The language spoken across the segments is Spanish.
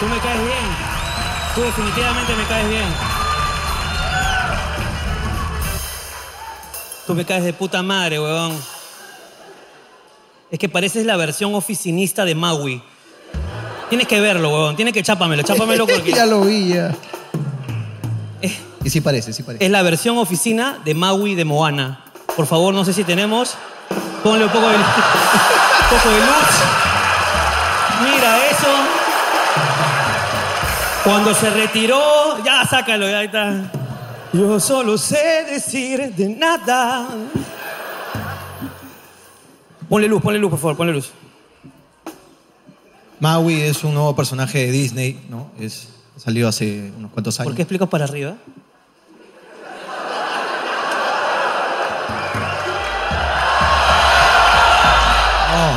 Tú me caes bien. Tú definitivamente me caes bien. Tú me caes de puta madre, huevón. Es que pareces la versión oficinista de Maui. Tienes que verlo, huevón. Tienes que chápamelo, chápamelo porque Eh. ya lo vi, ya. Y sí parece, sí parece. es la versión oficina de Maui de Moana. Por favor, no sé si tenemos. Ponle un poco de, un poco de luz. Mira eso. Cuando se retiró, ya sácalo, ya ahí está. Yo solo sé decir de nada. Ponle luz, ponle luz, por favor, ponle luz. Maui es un nuevo personaje de Disney, ¿no? Es, salió hace unos cuantos años. ¿Por qué explicas para arriba? No.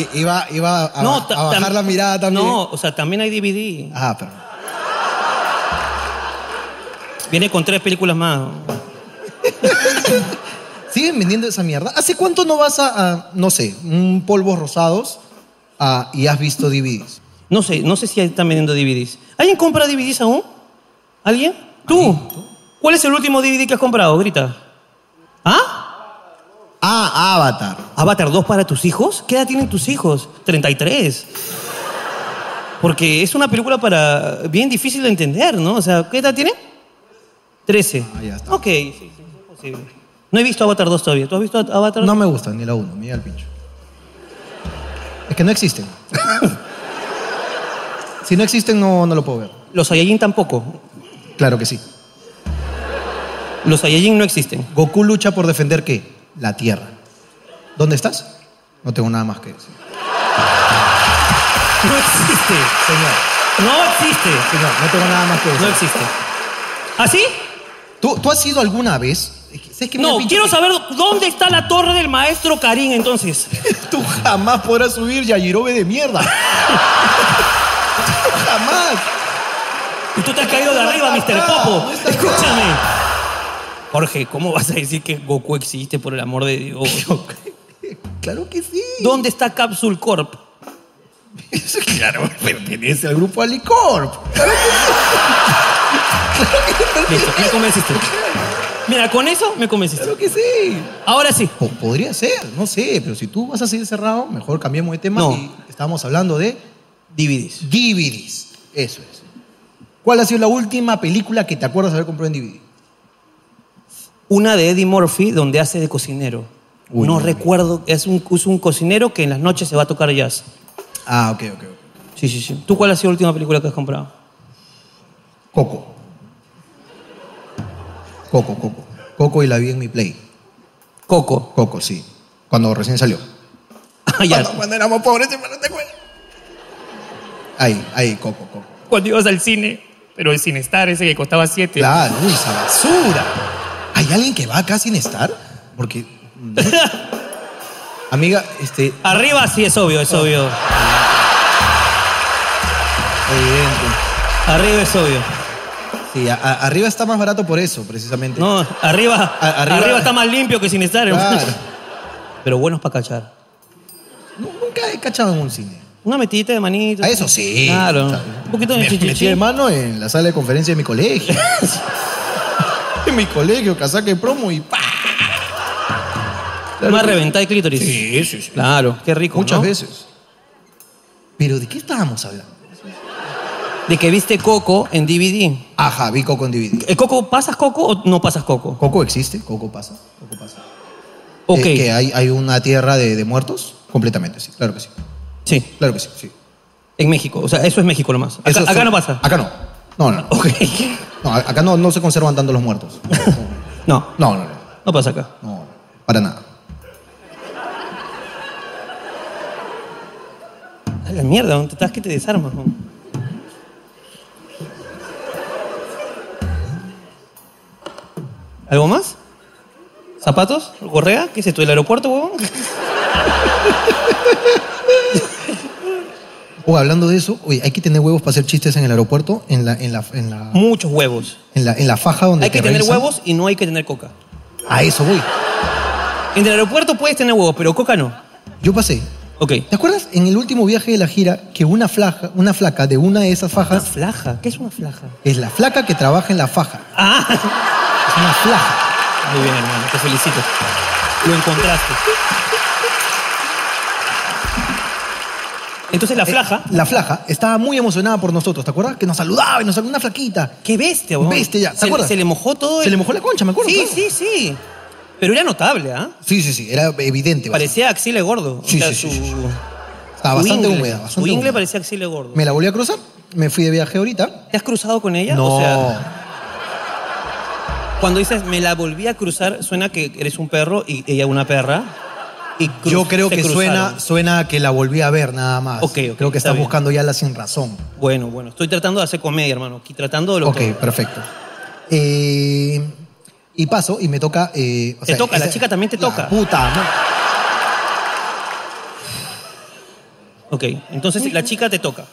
I- Iba, iba a, No, a ta- bajar tam- la mirada también. No, o sea, también hay DVD. Ah, perdón. Viene con tres películas más. ¿Siguen vendiendo esa mierda? ¿Hace cuánto no vas a, a, no sé, un polvos rosados a- Ah, y has visto DVDs? No sé, no sé si están vendiendo DVDs. ¿Alguien compra DVDs aún? ¿Alguien? ¿Tú? ¿Cuál es el último DVD que has comprado? Grita. ¿Ah? Ah, Avatar. ¿Avatar 2 para tus hijos? ¿Qué edad tienen tus hijos? 33. Porque es una película para bien difícil de entender, ¿no? O sea, ¿qué edad tiene? 13. Ah, ya está. Ok, sí, sí, es posible. No he visto Avatar 2 todavía. ¿Tú has visto Avatar 2? No me gusta ni la uno, mira el pincho. Es que no existen. si no existen, no, no lo puedo ver. Los Saiyajin tampoco. Claro que sí. Los Saiyajin no existen. Goku lucha por defender qué? La Tierra. ¿Dónde estás? No tengo nada más que decir. No existe. Señor, No existe. señor, no tengo nada más que decir. No existe. ¿Ah, ¿Así? ¿Tú, tú has ido alguna vez? Es que- ¿sabes qué? Mira, No, pincho, quiero que saber dónde está la torre del maestro Karim entonces. Tú jamás podrás subir Yajirobe de mierda. Tú jamás. Y tú te has caído de No arriba, está Mr. acá, Popo. Ah, no está acá. Escúchame. Jorge, ¿cómo vas a decir que Goku existe por el amor de Dios? Claro que sí. ¿Dónde está Capsule Corp? Eso, claro, pertenece al grupo Alicorp. Listo, me convenciste. Mira, con eso me convenciste. Claro que sí. Ahora sí. Po- podría ser, no sé, pero si tú vas a seguir cerrado, mejor cambiemos de tema. No. Y estábamos hablando de DVDs. DVDs. Eso es. ¿Cuál ha sido la última película que te acuerdas haber comprado en DVD? Una de Eddie Murphy donde hace de cocinero. Uy, no no. recuerdo, es un, es un cocinero que en las noches se va a tocar jazz. Ah, ok, ok. ok. Sí, sí, sí. ¿Tú cuál ha sido la última película que has comprado? Coco. Coco, Coco. Coco y la vi en mi play. Coco. Coco, sí. Cuando recién salió. Ah, ya. Cuando, cuando éramos pobres, hermano, ¿te acuerdas? Ahí, ahí, Coco, Coco. Cuando ibas al cine, pero el estar ese que costaba 7. Claro, uy, esa basura. ¿Hay alguien que va acá sin estar? Porque. Amiga, este. Arriba sí es obvio, es obvio. Evidente. Arriba es obvio. Sí, a- a- arriba está más barato por eso, precisamente. No, arriba, A- arriba- arriba, está más limpio que sin estar, hermano. claro. Pero buenos para cachar. Nu- Nunca he cachado en un cine. Una metidita de manito. A eso sí. Claro. O sea, Un poquito de me- Metí chichichín. de mano en la sala de conferencia de mi colegio. en mi colegio, casaca de promo y ¡pa! Claro Más que- reventada de clítoris. Sí, sí, sí. Claro, qué rico. Muchas ¿no? veces. Pero ¿de qué estábamos hablando? De que viste Coco en DVD. Ajá, vi Coco en DVD. Eh, ¿Coco, pasas Coco o no pasas Coco? Coco existe, Coco pasa, Coco pasa. Ok. Eh, que hay, hay una tierra de, de muertos, completamente, sí, claro que sí. Sí, Claro que sí, sí. en México. O sea, eso es México nomás. Acá, Eso es- acá no pasa. Acá no. No, no. no. Ok. No, a- acá no, no se conservan tanto los muertos. No, No, no, no. no pasa acá. no para nada. A la mierda, ¿dónde estás que te desarmas? ¿no? ¿Algo más? ¿Zapatos? ¿Correa? ¿Qué es esto? ¿El aeropuerto, huevón? O hablando de eso, oye, hay que tener huevos para hacer chistes en el aeropuerto, en la, en la, en la, Muchos huevos. en la, en la faja donde Hay que te tener revisan. huevos y no hay que tener coca. A eso voy. En el aeropuerto puedes tener huevos, pero coca no. Yo pasé Ok. ¿Te acuerdas en el último viaje de la gira que una flaca, una flaca de una de esas Una fajas flaja. ¿Qué es una flaja? es la flaca que trabaja en la faja? Ah, Es una flaja. muy bien, hermano. Te felicito. Lo encontraste. Entonces la flaja. Eh, La flaja estaba muy emocionada por nosotros, ¿te acuerdas? Que nos saludaba y nos sacó una flaquita. Qué bestia, weón. Bestia, ya, ¿te Se, le- acuerdas? se le mojó todo. Se el- le mojó la concha, me acuerdo. Sí, claro. sí, sí. Pero era notable, ¿ah? Sí, sí, sí, era evidente. bastante. Parecía axile gordo. Sí, o sea, sí, sí, su- sí, sí. Estaba bastante su ingle- húmeda. Su Bastante ingle húmeda. parecía axile gordo. Me la volví a cruzar, me fui de viaje ahorita. ¿Te has cruzado con ella? No, O sea, cuando dices me la volví a cruzar, suena que eres un perro y ella una perra. Y cru- yo creo se que suena, cruzaron. suena a que la volví a ver nada más. Ok, ok, creo que está está, bien. buscando ya la sin razón. Bueno, bueno, estoy tratando de hacer comedia, hermano. Aquí tratando de lo Ok, que. perfecto. Eh, y paso y me toca. eh, o Te toca, la chica también te la toca. Puta, madre. Ok, entonces la chica te toca.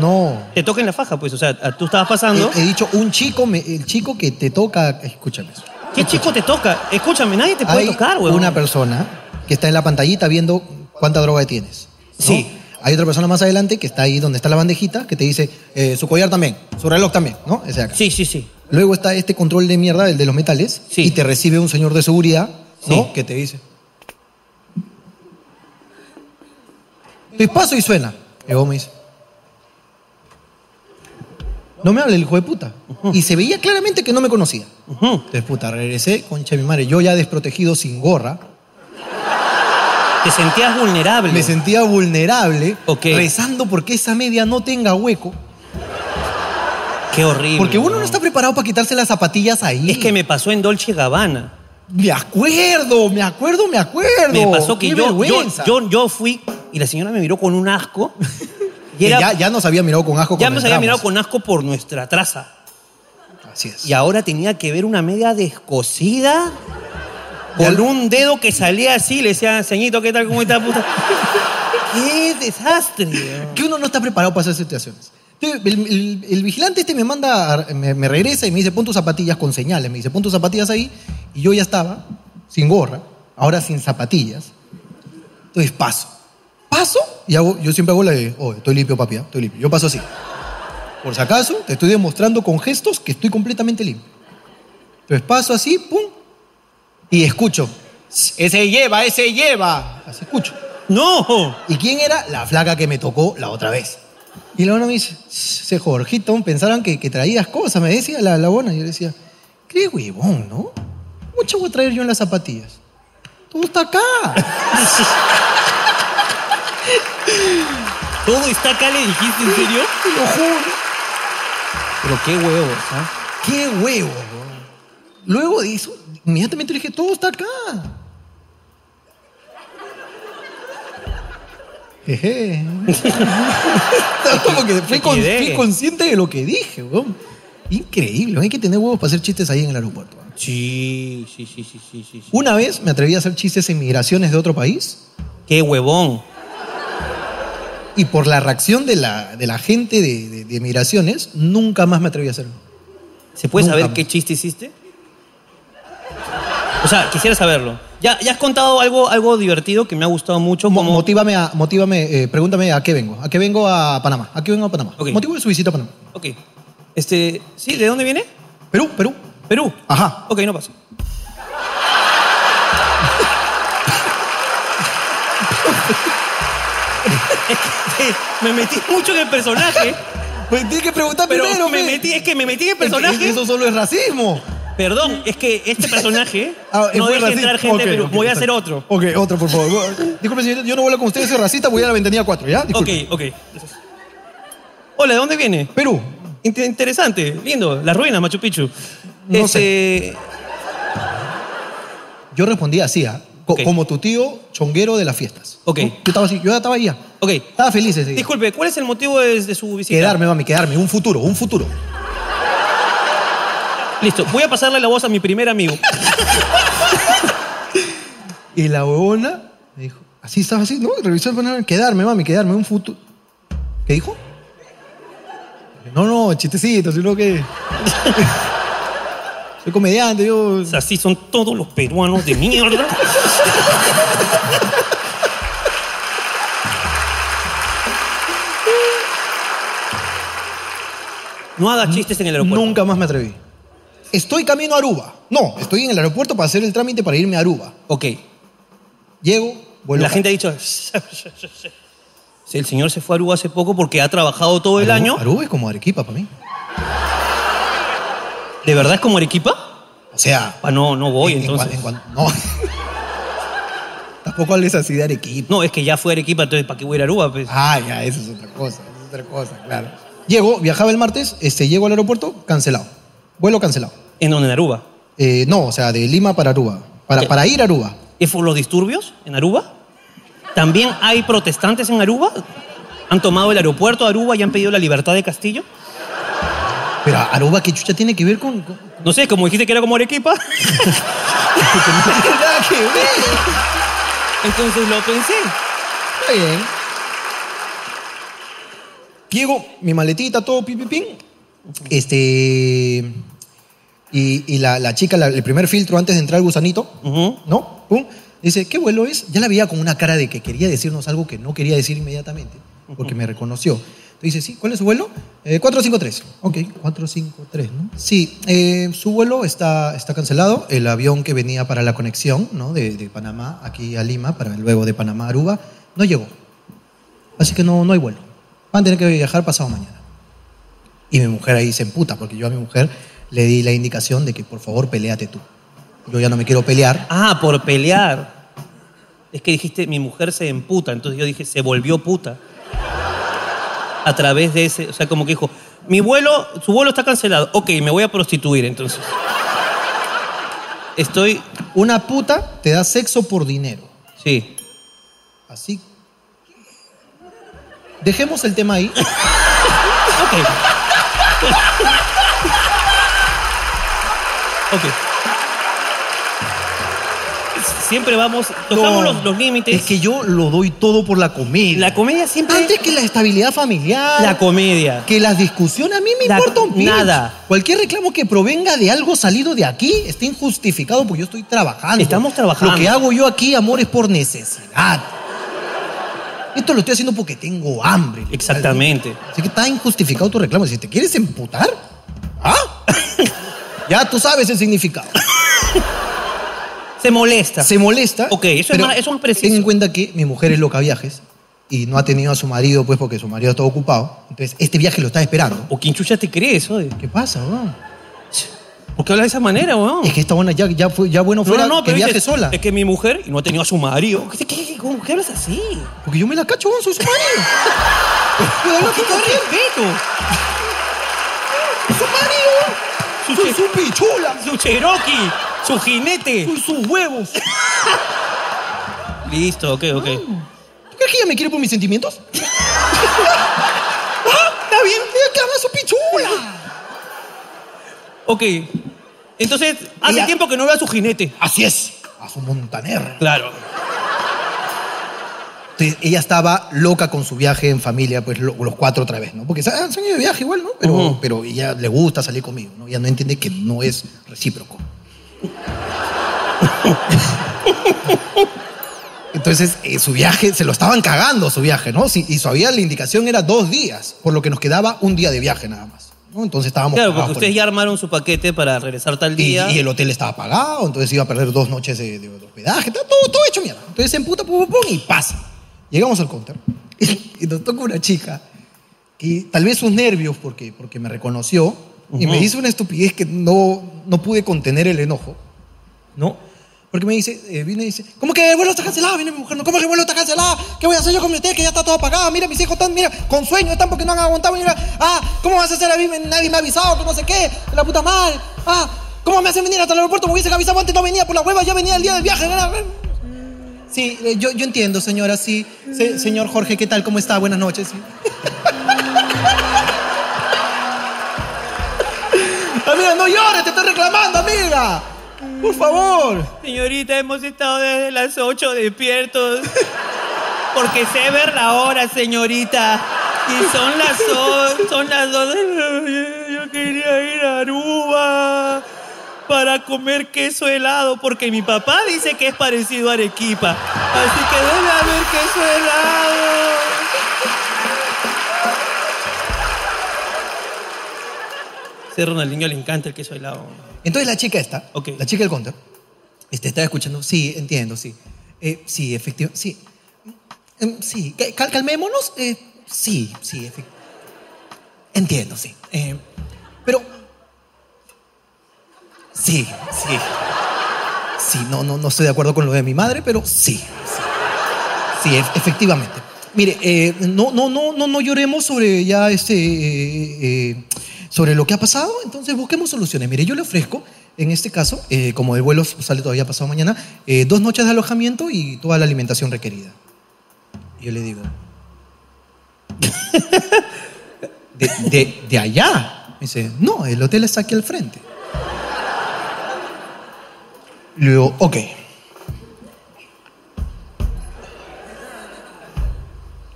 no. Te toca en la faja, pues. O sea, a- tú estabas pasando. He, he dicho un chico, me- el chico que te toca. Escúchame. eso. ¿Qué chico te toca? Escúchame, nadie te puede Hay tocar, weón. una persona que está en la pantallita viendo cuánta droga tienes. ¿no? Sí. Hay otra persona más adelante que está ahí donde está la bandejita que te dice eh, su collar también, su reloj también, ¿no? Ese de acá. Sí, sí, sí. Luego está este control de mierda, el de los metales, Sí. y te recibe un señor de seguridad, ¿no? Sí. Que te dice. Y paso y suena. Y vos me dice. No me hable el hijo de puta. Y se veía claramente que no me conocía. Ujú. Entonces, puta, regresé, concha de mi madre. Yo ya desprotegido sin gorra. Te sentías vulnerable. Me sentía vulnerable, Ok. rezando porque esa media no tenga hueco. Qué horrible. Porque uno no weón. está preparado para quitarse las zapatillas ahí. Es que me pasó en Dolce Gabbana. Me acuerdo, me acuerdo, me acuerdo. Me pasó que yo, Qué yo, vergüenza. yo, yo fui y la señora me miró con un asco. Y Que era- ya, ya nos había mirado con asco. ya cuando nos había mirado entramos. con asco por nuestra traza. Así es. Y ahora tenía que ver una media descosida Ya con lo- un dedo que salía así. Le decía, señito, ¿qué tal? ¿Cómo está, puta? ¡Qué desastre! weón. Que uno no está preparado para esas situaciones. Entonces, El, el- el vigilante este me manda, a- me, me regresa y me dice, pon tus zapatillas con señales. Me dice, pon tus zapatillas ahí. Y yo ya estaba, sin gorra, ahora sin zapatillas. Entonces paso. Paso y hago, yo siempre hago la de, oh, estoy limpio, papi, ¿ah? estoy limpio. Yo paso así. Por si acaso, te estoy demostrando con gestos que estoy completamente limpio. Entonces paso así, pum, y escucho. Ese lleva, ese lleva. Así escucho. ¡No! ¿Y quién era? La flaca que me tocó la otra vez. Y la bona me dice, ese Jorgito, pensaron que, que traías cosas, me decía la, la bona. Y yo le decía, qué huevón, ¿no? Mucho voy a traer yo en las zapatillas. Todo está acá. Todo está acá, le dijiste, ¿en serio? Te lo juro. Pero qué huevos, ¿ah? Qué huevo, huevón. Luego de eso, inmediatamente le dije, todo está acá. Jeje. Como que fui, con- Liquidez. fui consciente de lo que dije, huevón. Increíble, hay que tener huevos para hacer chistes ahí en el aeropuerto. huevón. Sí, sí, sí, sí, sí, sí. sí. Una vez me atreví a hacer chistes en migraciones de otro país ¡Qué huevón! y por la reacción de la, de la gente de, de- de migraciones, nunca más me atreví a hacerlo. ¿Se puede Nunca saber más. qué chiste hiciste? O sea, quisiera saberlo. Ya, ya has contado algo, algo divertido que me ha gustado mucho. Mo- Como... Motívame, a- motívame eh, pregúntame a qué vengo. ¿A qué vengo a Panamá? ¿A qué vengo a Panamá? Ok. Motivo de su visita a Panamá. Ok. Este, ¿Sí? ¿De dónde viene? Perú, Perú. Perú. Ajá. Ok, no pasa. Es que me metí mucho en el personaje, Pues tienes que preguntar pero primero, me pe. metí, es que me metí en el Es que- es que personaje. Eso solo es racismo. Perdón, es que este personaje Ah, es no muy deja racista. entrar gente de Ok, Perú. ok, Voy a está hacer bien. otro. Ok, otro, por favor. Disculpe, señorita, yo no vuelvo con ustedes, soy racista, voy a la ventanilla 4, ¿ya? Ok, Disculpe. ok. Hola, ¿de dónde viene? Perú. Inte- interesante, lindo. Las ruinas, Machu Picchu. No Este, Yo respondí así, ¿ah? Co- Ok. Como tu tío chonguero de las fiestas. Ok. Yo estaba así, yo ya estaba ahí ya. Ok, Estaba feliz ese día. disculpe, ¿cuál es el motivo de, de su visita? Quedarme, mami, quedarme. Un futuro, un futuro. Listo, voy a pasarle la voz a mi primer amigo. Y la huevona me dijo, así estaba así, ¿no? Revisó el panorama, quedarme, mami, quedarme un futuro. ¿Qué dijo? No, no, chistecito, sino que. Soy comediante, yo. Así son todos los peruanos de mierda. No hagas chistes en el aeropuerto. Nunca más me atreví. Estoy camino a Aruba. No, estoy en el aeropuerto para hacer el trámite para irme a Aruba. Ok. Llego, vuelvo. La a- gente ha dicho. El señor se fue a Aruba hace poco porque ha trabajado todo el Aruba- año. Aruba es como Arequipa para mí. ¿De verdad es como Arequipa? O sea, Ah, no, no voy en- en entonces. cuan- en cuan- no. Tampoco hables así de Arequipa. No, es que ya fue Arequipa, entonces ¿para qué voy a ir a Aruba? pues? Ah, ya, eso es otra cosa, eso es otra cosa, claro. Llego, viajaba el martes, este, llego al aeropuerto, cancelado. Vuelo cancelado. ¿En donde ¿En Aruba? Eh, no, o sea, de Lima para Aruba. Para, ¿Qué? para ir a Aruba. ¿Es por Eh, los disturbios en Aruba? ¿También hay protestantes en Aruba? ¿Han tomado el aeropuerto de Aruba y han pedido la libertad de Castillo? Pero a- Aruba, ¿qué chucha tiene que ver con...? con- No sé, como dijiste que era como Arequipa, Nada que ver. entonces lo pensé. Está bien. Llego, mi maletita, todo, pim, pim, pim. Este... Y, y la, la chica, la- el primer filtro antes de entrar al gusanito, Ujú. ¿no? Pum. Dice, ¿qué vuelo es? Ya la veía con una cara de que quería decirnos algo que no quería decir inmediatamente, porque me reconoció. Entonces dice, sí, ¿cuál es su vuelo? Eh, 453. Ok, 453, ¿no? Sí, eh, su vuelo está, está cancelado. El avión que venía para la conexión, ¿no? De, de Panamá aquí a Lima, para luego de Panamá a Aruba, no llegó. Así que no, no hay vuelo. Van a tener que viajar pasado mañana. Y mi mujer ahí se emputa, porque yo a mi mujer le di la indicación de que por favor peleate tú. Yo ya no me quiero pelear. Ah, por pelear. Es que dijiste, mi mujer se emputa, entonces yo dije, se volvió puta. A través de ese, o sea, como que dijo, mi vuelo, su vuelo está cancelado. Ok, me voy a prostituir entonces. Estoy, Una puta te da sexo por dinero. sí. Así. Dejemos el tema ahí. Ok. Ok. Siempre vamos, tocamos No. los, los límites. Es que yo lo doy todo por la comedia. la comedia siempre... Antes que la estabilidad familiar. La comedia. que las discusiones a mí me La- importa un pin. nada. Cualquier reclamo que provenga de algo salido de aquí está injustificado porque yo estoy trabajando. Estamos trabajando. Lo que hago yo aquí, amor, es por necesidad. Esto lo estoy haciendo porque tengo hambre. Exactamente. Así que está injustificado tu reclamo. Si te quieres emputar, ¿ah? ya tú sabes el significado. Se molesta. Se molesta. Ok, eso es pero más- eso es más preciso. Ten en cuenta que mi mujer es loca viajes y no ha tenido a su marido, pues porque su marido está ocupado. Entonces, este viaje lo está esperando. ¿O quién chucha te crees, oye? ¿Qué pasa, weón? ¿Por qué hablas de esa manera, weón? Es que esta buena ya, ya, fue- ya bueno fuera que viaje dices, sola. Es que mi mujer y no ha tenido a su marido. ¿Qué, qué, qué- cómo- qué hablas así? Porque yo me la cacho, weón, soy su marido. Pero habla ¡Qué con corriente. respeto! ¡Su marido! Su, ¡Soy che- su pichula! su Cherokee, su jinete. ¡Soy sus huevos! ¿Tú Listo, ok, ok. crees que ella me quiere por mis sentimientos? ¿Ah? ¿Está bien? ¡Ella clama su pichula! Ok. Entonces, hace Ella- tiempo que no veo a su jinete. Así es. A su montaner. Claro. Entonces, ella estaba loca con su viaje en familia, pues lo- los cuatro otra vez, ¿no? Porque se han se han ido de viaje igual, ¿no? Pero, Ujú. pero ella le gusta salir conmigo, ¿no? Ella no entiende que no es recíproco. Entonces, eh, su viaje, se lo estaban cagando su viaje, ¿no? Sí, y todavía la indicación era dos días, por lo que nos quedaba un día de viaje nada más. ¿no? Entonces estábamos Claro, cagados porque por ustedes el- ya armaron su paquete para regresar tal y, día. y el hotel estaba pagado, entonces iba a perder dos noches de, de- de hospedaje, está todo, todo hecho mierda. Entonces se emputa, pum, pum, pum, y pasa. Llegamos al counter y nos toca una chica que tal vez sus nervios, porque, porque me reconoció, y me Ujú. hizo una estupidez que no, no pude contener el enojo. No. Porque me dice, eh, viene y dice, ¿cómo que el vuelo está cancelado? Viene mi mujer, no, ¿cómo que el vuelo está cancelado? ¿Qué voy a hacer yo con mi hotel que ya está todo pagado? Mira, mis hijos están, mira, con sueño están porque no han aguantado. Mira, ah, ¿cómo vas a hacer? A mí me- nadie me ha avisado, que no sé qué, que la puta madre. Ah, ¿cómo me hacen venir hasta el aeropuerto? Me hubiesen avisado antes, no venía por la hueva, ya venía el día del viaje. bla, bla, bla". Sí, eh, yo, yo entiendo, señora, sí. Se- señor Jorge, ¿qué tal? ¿Cómo está? Buenas noches. sí. amiga, no llores, te estoy reclamando, amiga. Por favor. Señorita, hemos estado desde las 8 despiertos. Porque sé ver la hora, señorita. Y son las 2. Son las 2. Yo quería ir a Aruba para comer queso helado. Porque mi papá dice que es parecido a Arequipa. Así que debe haber queso helado. Ese Ronaldinho le encanta el queso helado. Entonces la chica está, Ok. la chica del counter, este, está escuchando, sí, entiendo, sí. Eh, sí, efectivo, sí. Em, sí, ca- cal- calmémonos. eh, sí, sí, efectivo. Entiendo, sí. Eh, pero... Sí, sí. Sí, no, no, no estoy de acuerdo con lo de mi madre, pero sí. Sí, sí, ef- efectivamente. Mire, eh, no, no, no, no, no lloremos sobre ya este, eh, eh, sobre lo que ha pasado. Entonces busquemos soluciones. Mire, yo le ofrezco, en este caso, eh, como el vuelo sale todavía pasado mañana, eh, dos noches de alojamiento y toda la alimentación requerida. Y yo le digo, de, de- de allá. Me dice, no, el hotel está aquí al frente. Le digo, ok.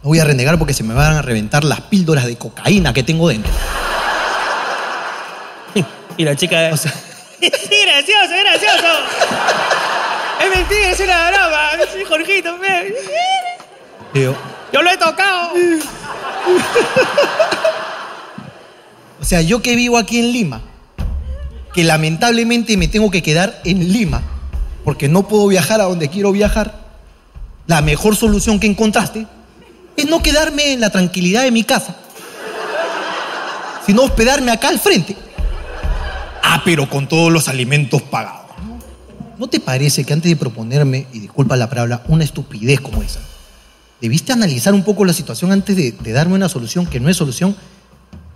No voy a renegar porque se me van a reventar las píldoras de cocaína que tengo dentro. Y la chica. O sea, ¡Sí, gracioso, es gracioso! ¡Es mentira, es una broma! Sí, Jorgito, ve. le digo, ¡Yo lo he tocado! o sea, yo que vivo aquí en Lima, que lamentablemente me tengo que quedar en Lima porque no puedo viajar a donde quiero viajar, la mejor solución que encontraste es no quedarme en la tranquilidad de mi casa, sino hospedarme acá al frente. Ah, pero con todos los alimentos pagados. ¿no? ¿No te parece que antes de proponerme, y disculpa la palabra, una estupidez como esa, debiste analizar un poco la situación antes de, de darme una solución que no es solución?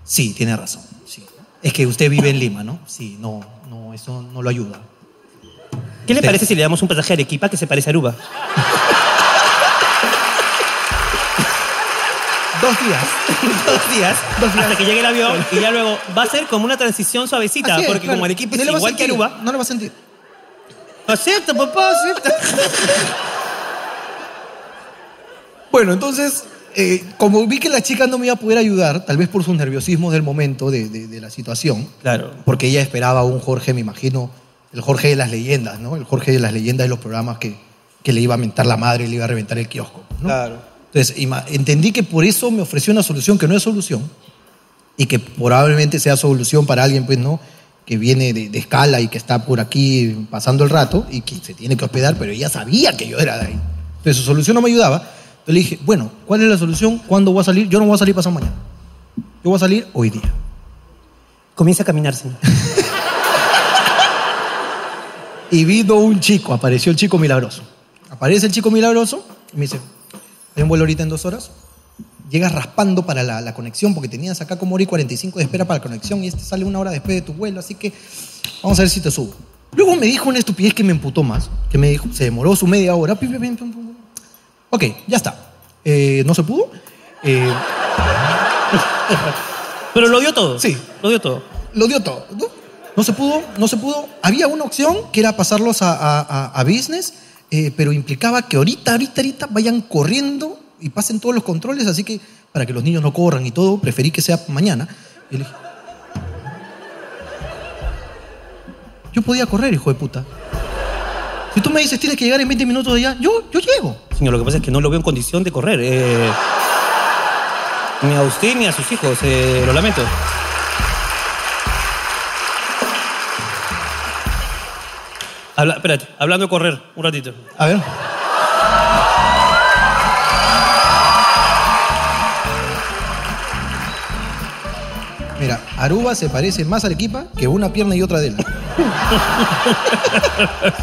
Sí, tiene razón. sí. Es que usted vive en Lima, ¿no? Sí, no, no, eso no lo ayuda. ¿Qué le parece si le damos un pasaje a Arequipa que se parece a Aruba? Dos días. Dos días. Dos días. Hasta que llegue el avión y ya luego va a ser como una transición suavecita, Así es, porque claro. como Arequipa No es lo va a igual que sentir, Aruba. No lo va a sentir. Acepta, papá, acepta. Bueno, entonces, eh, como vi que la chica no me iba a poder ayudar, tal vez por su nerviosismo del momento, de, de- de la situación, Claro. porque ella esperaba un Jorge, me imagino, el Jorge de las leyendas, ¿no? El Jorge de las leyendas de los programas que, que le iba a mentar la madre y le iba a reventar el kiosco, ¿no? Claro. Entonces, ima- entendí que por eso me ofreció una solución que no es solución y que probablemente sea solución para alguien, pues, ¿no? Que viene de, de escala y que está por aquí pasando el rato y que se tiene que hospedar, pero ella sabía que yo era de ahí. Entonces, su solución no me ayudaba. Entonces le dije, bueno, ¿cuál es la solución? ¿Cuándo voy a salir? Yo no voy a salir pasado mañana. Yo voy a salir hoy día. Comienza a caminar, señor. y vino un chico, apareció el chico milagroso. Aparece el chico milagroso y me dice, hay un vuelo ahorita en dos horas, llegas raspando para la, la conexión porque tenías acá como hora y 45 de espera para la conexión y este sale una hora después de tu vuelo, así que vamos a ver si te subo. Luego me dijo una estupidez que me emputó más, que me dijo, se demoró su media hora, pim, pim, pim, pum, pum, pum. ok, ya está. Eh, ¿No se pudo? Eh, Pero lo dio todo. Sí. Lo dio todo. lo dio todo. ¿no? No se pudo, no se pudo. Había una opción que era pasarlos a, a- a- a business, eh, pero implicaba que ahorita, ahorita, ahorita vayan corriendo y pasen todos los controles, así que para que los niños no corran y todo, preferí que sea mañana. Y le dije, yo podía correr, hijo de puta. Si tú me dices tienes que llegar en 20 minutos de allá, yo, yo llego. Señor, lo que pasa es que no lo veo en condición de correr. eh. ni a usted ni a sus hijos, eh, lo lamento. Habla- espérate, hablando de correr, un ratito. A ver. Mira, Aruba se parece más a Arequipa que una pierna y otra de él.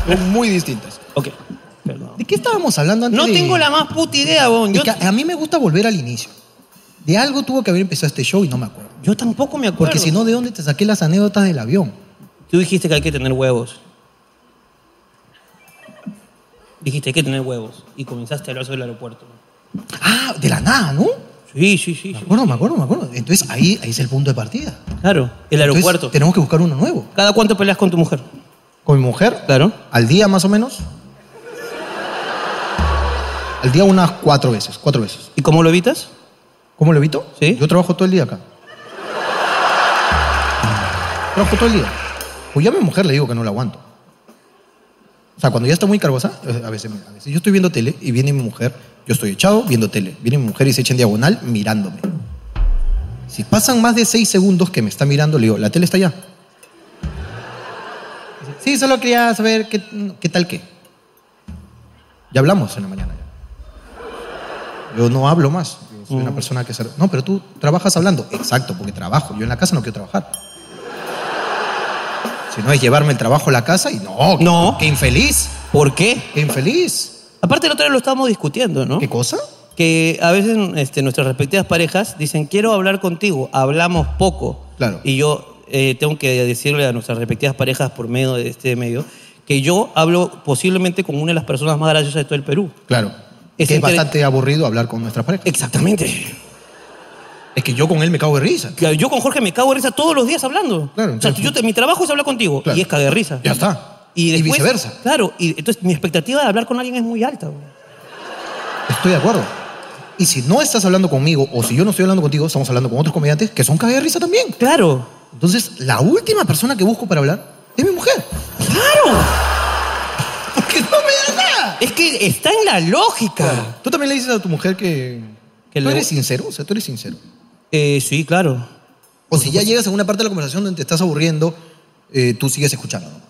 Son muy distintas. Ok, perdón. ¿De qué estábamos hablando antes? No de- tengo la más puta idea, Bon. de Yo, que a mí me gusta volver al inicio. De algo tuvo que haber empezado este show y no me acuerdo. yo tampoco me acuerdo. Porque si no, ¿de dónde te saqué las anécdotas del avión? Tú dijiste que hay que tener huevos. Dijiste hay que tener huevos. Y comenzaste a hablar sobre el aeropuerto. Ah, de la nada, ¿no? Sí, sí, sí. Me sí. acuerdo, me acuerdo, me acuerdo. Entonces ahí, ahí es el punto de partida. Claro, el Entonces, aeropuerto. tenemos que buscar uno nuevo. ¿Cada cuánto peleas con tu mujer? Con mi mujer, Claro. Al día más o menos. Al día unas cuatro veces, cuatro veces. ¿Y cómo lo evitas? ¿Cómo lo evito? Sí. Yo trabajo todo el día acá. Trabajo todo el día. Pues ya a mi mujer le digo que no la aguanto. O sea, cuando ya está muy cargosa, a veces, a veces yo estoy viendo tele y viene mi mujer, yo estoy echado viendo tele. Viene mi mujer y se echa en diagonal mirándome. Si pasan más de seis segundos que me está mirando, le digo, la tele está allá. Sí, solo quería saber qué, qué tal qué. Ya hablamos en la mañana. Yo no hablo más. Yo soy una persona que se... No, pero tú trabajas hablando. Exacto, porque trabajo. Yo en la casa no quiero trabajar. Si no es llevarme el trabajo a la casa y no, qué- No. qué infeliz, ¿Por qué? qué infeliz. Aparte, el otro día lo estábamos discutiendo, ¿no? ¿Qué cosa? que a veces este, nuestras respectivas parejas dicen, quiero hablar contigo, hablamos poco. Claro. Y yo eh, tengo que decirle a nuestras respectivas parejas por medio de este medio que yo hablo posiblemente con una de las personas más graciosas de todo el Perú. Claro. Es Es, que es inter- bastante aburrido hablar con nuestra pareja. Exactamente. Es que yo con él me cago de risa. Claro, Yo con Jorge me cago de risa todos los días hablando. Claro, o sea, entonces- yo te- mi trabajo es hablar contigo Claro. y es cagar de risa. Ya está. Y, Y después- viceversa. Claro, y entonces mi expectativa de hablar con alguien es muy alta. güey. Estoy de acuerdo. Y si no estás hablando conmigo o si yo no estoy hablando contigo, estamos hablando con otros comediantes que son cague de risa también. Claro. Entonces, la última persona que busco para hablar es mi mujer. Claro. Porque no me da nada. Es que está en la lógica. Tú también le dices a tu mujer que... Que tú le- eres sincero, o sea, tú eres sincero. Eh, sí, claro. O si ya llegas a una parte de la conversación donde te estás aburriendo, eh, tú sigues escuchando nomás.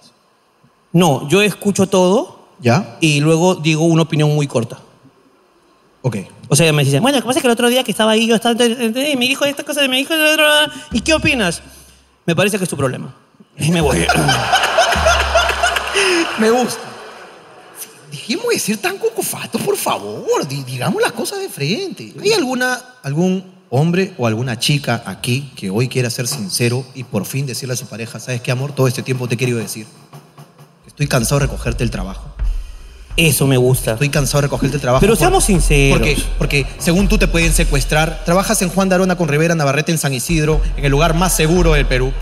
No, yo escucho todo. ¿Ya? y luego digo una opinión muy corta. Ok. O sea, me dicen, bueno, lo que pasa es que el otro día que estaba ahí, yo estaba, y me dijo esta cosa, y me dijo, la otra, ¿y qué opinas? Me parece que es tu problema. Y me voy. Me gusta. Sí, Dejemos de ser tan cocofatos, por favor. Di- digamos las cosas de frente. ¿Hay alguna, algún hombre o alguna chica aquí que hoy quiera ser sincero y por fin decirle a su pareja, ¿sabes qué, amor? Todo este tiempo te he querido decir. Estoy cansado de recogerte el trabajo. Eso me gusta. Estoy cansado de recogerte el trabajo. Pero por- seamos sinceros. Porque, porque según tú te pueden secuestrar. Trabajas en Juan de Arona con Rivera Navarrete en San Isidro, en el lugar más seguro del Perú.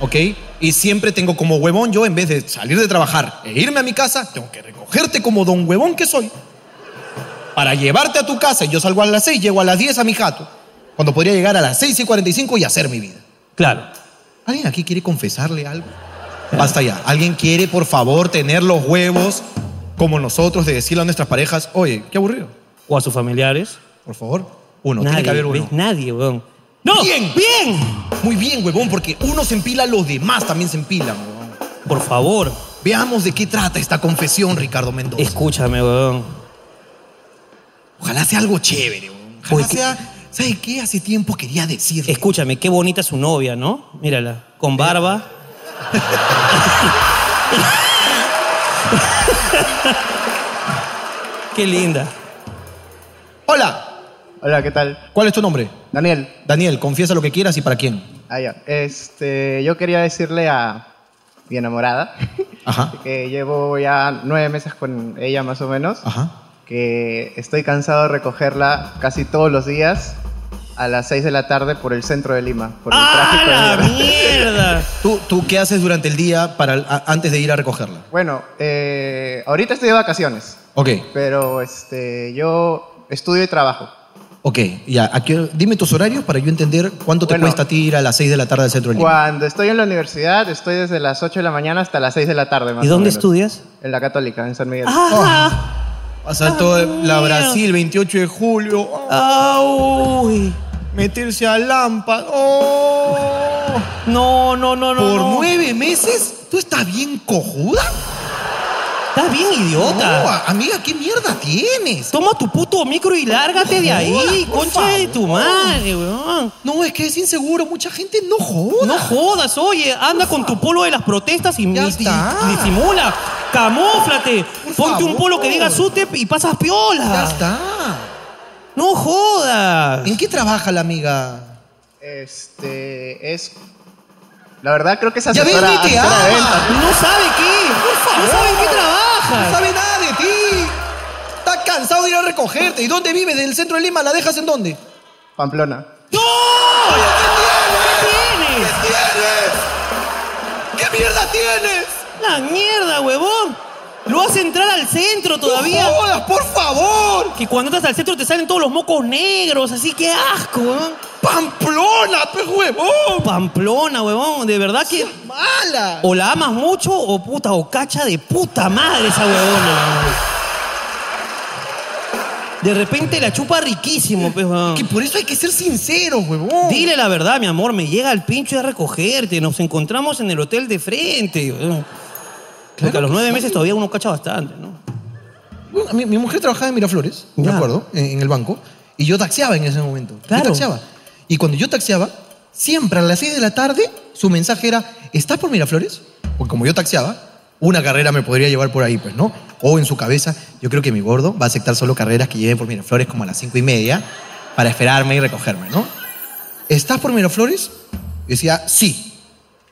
¿Ok? Y siempre tengo como huevón yo, en vez de salir de trabajar e irme a mi casa, tengo que recogerte como don huevón que soy. Para llevarte a tu casa. Y Yo salgo a las 6, llego a las 10 a mi jato. Cuando podría llegar a las 6 y 45 y hacer mi vida. Claro. ¿Alguien aquí quiere confesarle algo? Basta ya. ¿Alguien quiere, por favor, tener los huevos como nosotros de decirle a nuestras parejas, oye, qué aburrido? O a sus familiares. Por favor, uno. nadie, tiene que haber uno. ¿ves? Nadie, weón. ¡No! Bien. ¡Bien! Muy bien, huevón, porque uno se empila, los demás también se empilan, huevón. Por favor, Veamos de qué trata esta confesión, Ricardo Mendoza. escúchame, weón. Ojalá sea algo chévere, huevón. Ojalá Oye, ¿qué- sea... ¿Sabe qué? Hace tiempo quería decir. Escúchame, qué bonita su novia, ¿no? Mírala, con barba. qué linda. Hola, Hola, ¿qué tal? ¿cuál es tu nombre? Daniel. Daniel, confiesa lo que quieras y para quién. Ah, ya. Este, yo quería decirle a mi enamorada Ajá, que llevo ya nueve meses con ella más o menos, ajá. que estoy cansado de recogerla casi todos los días a las seis de la tarde por el centro de Lima, por el ¡Ah, tráfico de la mierda. mierda! ¿Tú, ¿Tú qué haces durante el día para, a- antes de ir a recogerla? Bueno, eh, ahorita estoy de vacaciones, Ok, pero este, yo estudio y trabajo. ok. Ya, ¿a qué hora- dime tus horarios para yo entender cuánto te Bueno. cuesta a ti ir a las 6 de la tarde al centro del Lima. Cuando estoy en la universidad, estoy desde las 8 de la mañana hasta las 6 de la tarde. Más ¿Y o dónde menos. estudias? En la Católica, en San Miguel. ¡Ah! Asalto de Dios. la Ah, Brasil, 28 de julio. Oh. ¡Ay! meterse a lámpara. ¡Oh! No, no, no, no. ¿Por no. nueve meses? ¿Tú estás bien cojuda? Estás bien No, idiota. a- amiga, ¿qué mierda tienes? Toma tu puto Oh, micro y lárgate de ahí, Por concha de tu madre, weón. No, es que es inseguro. Mucha gente no joda. Ah. No jodas, oye, anda con tu polo de las protestas y Ya dis- está. disimula, camóflate, Por ponte un favor. polo que diga SUTEP y pasas Ya piola. está. No jodas. ¿En qué trabaja la amiga? Este es. La verdad creo que es Ya ves, asesora, ni te asesora de ama. ventas. No sabe qué, no sabe en qué No trabajas. sabe nada de ti. Está cansado de ir a recogerte. ¿Y dónde vive? ¿Del centro de Lima? ¿La dejas en dónde? Pamplona. ¡No! ¿Qué tienes? ¿Qué mierda tienes? La mierda, huevón. Lo vas a entrar al centro todavía. ¡No jodas, por favor! Que cuando entras al centro te salen todos los mocos negros, así que asco, weón. ¡Pamplona, pues huevón! Pamplona, huevón, de verdad que... ¡Mala! O la amas mucho o puta, o cacha de puta madre esa huevona. De repente la chupa riquísimo, pues, weón. Que por eso hay que ser sincero, huevón. Dile la verdad, mi amor, me llega el pincho de recogerte. Nos encontramos en el hotel de frente. weón. Porque a los nueve meses todavía uno cacha bastante, ¿no? Bueno, Mi, mi mujer trabajaba en Miraflores, me Ya. acuerdo, en, en el banco, y yo taxiaba en ese momento. Claro. Yo taxiaba. Y cuando yo taxiaba, siempre a las 6 de la tarde, su mensaje era, ¿estás por Miraflores? Porque como yo taxiaba, una carrera me podría llevar por ahí, pues, ¿no? O en su cabeza, yo creo que mi gordo va a aceptar solo carreras que lleven por Miraflores como a las cinco y media para esperarme y recogerme, ¿no? ¿Estás por Miraflores? Y decía, sí.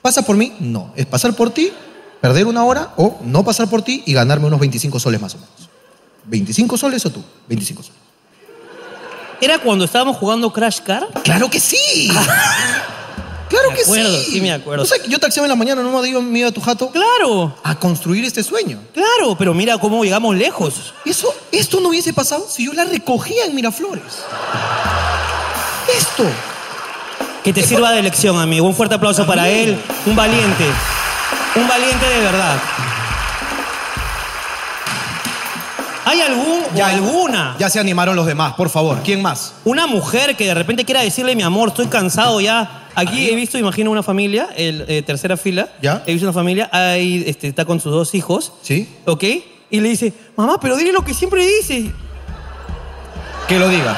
¿Pasa por mí? No. Es pasar por ti, perder una hora o no pasar por ti y ganarme unos 25 soles más o menos. 25 soles o tú, 25 soles. Era cuando estábamos jugando Crash Car. ¡Claro que sí! ¡Claro Me que acuerdo, sí! sí me acuerdo. O sea, que yo taxiaba en la mañana, no me iba, me iba a tu jato Claro, a construir este sueño. claro, pero mira cómo llegamos lejos. Eso, esto no hubiese pasado si yo la recogía en Miraflores. Esto. Que te sirva de lección, amigo. Un fuerte aplauso para él. Un valiente. Un valiente de verdad. ¿Hay algún o alguna? Ya se animaron los demás, por favor. ¿Quién más? Una mujer que de repente quiera decirle, mi amor, estoy cansado ya. Aquí he visto, imagino, una familia, el, eh, tercera fila. Ya. He visto una familia, ahí este, está con sus dos hijos. ¿Sí? ¿Ok? Y le dice, mamá, pero dile lo que siempre dices. Que lo diga.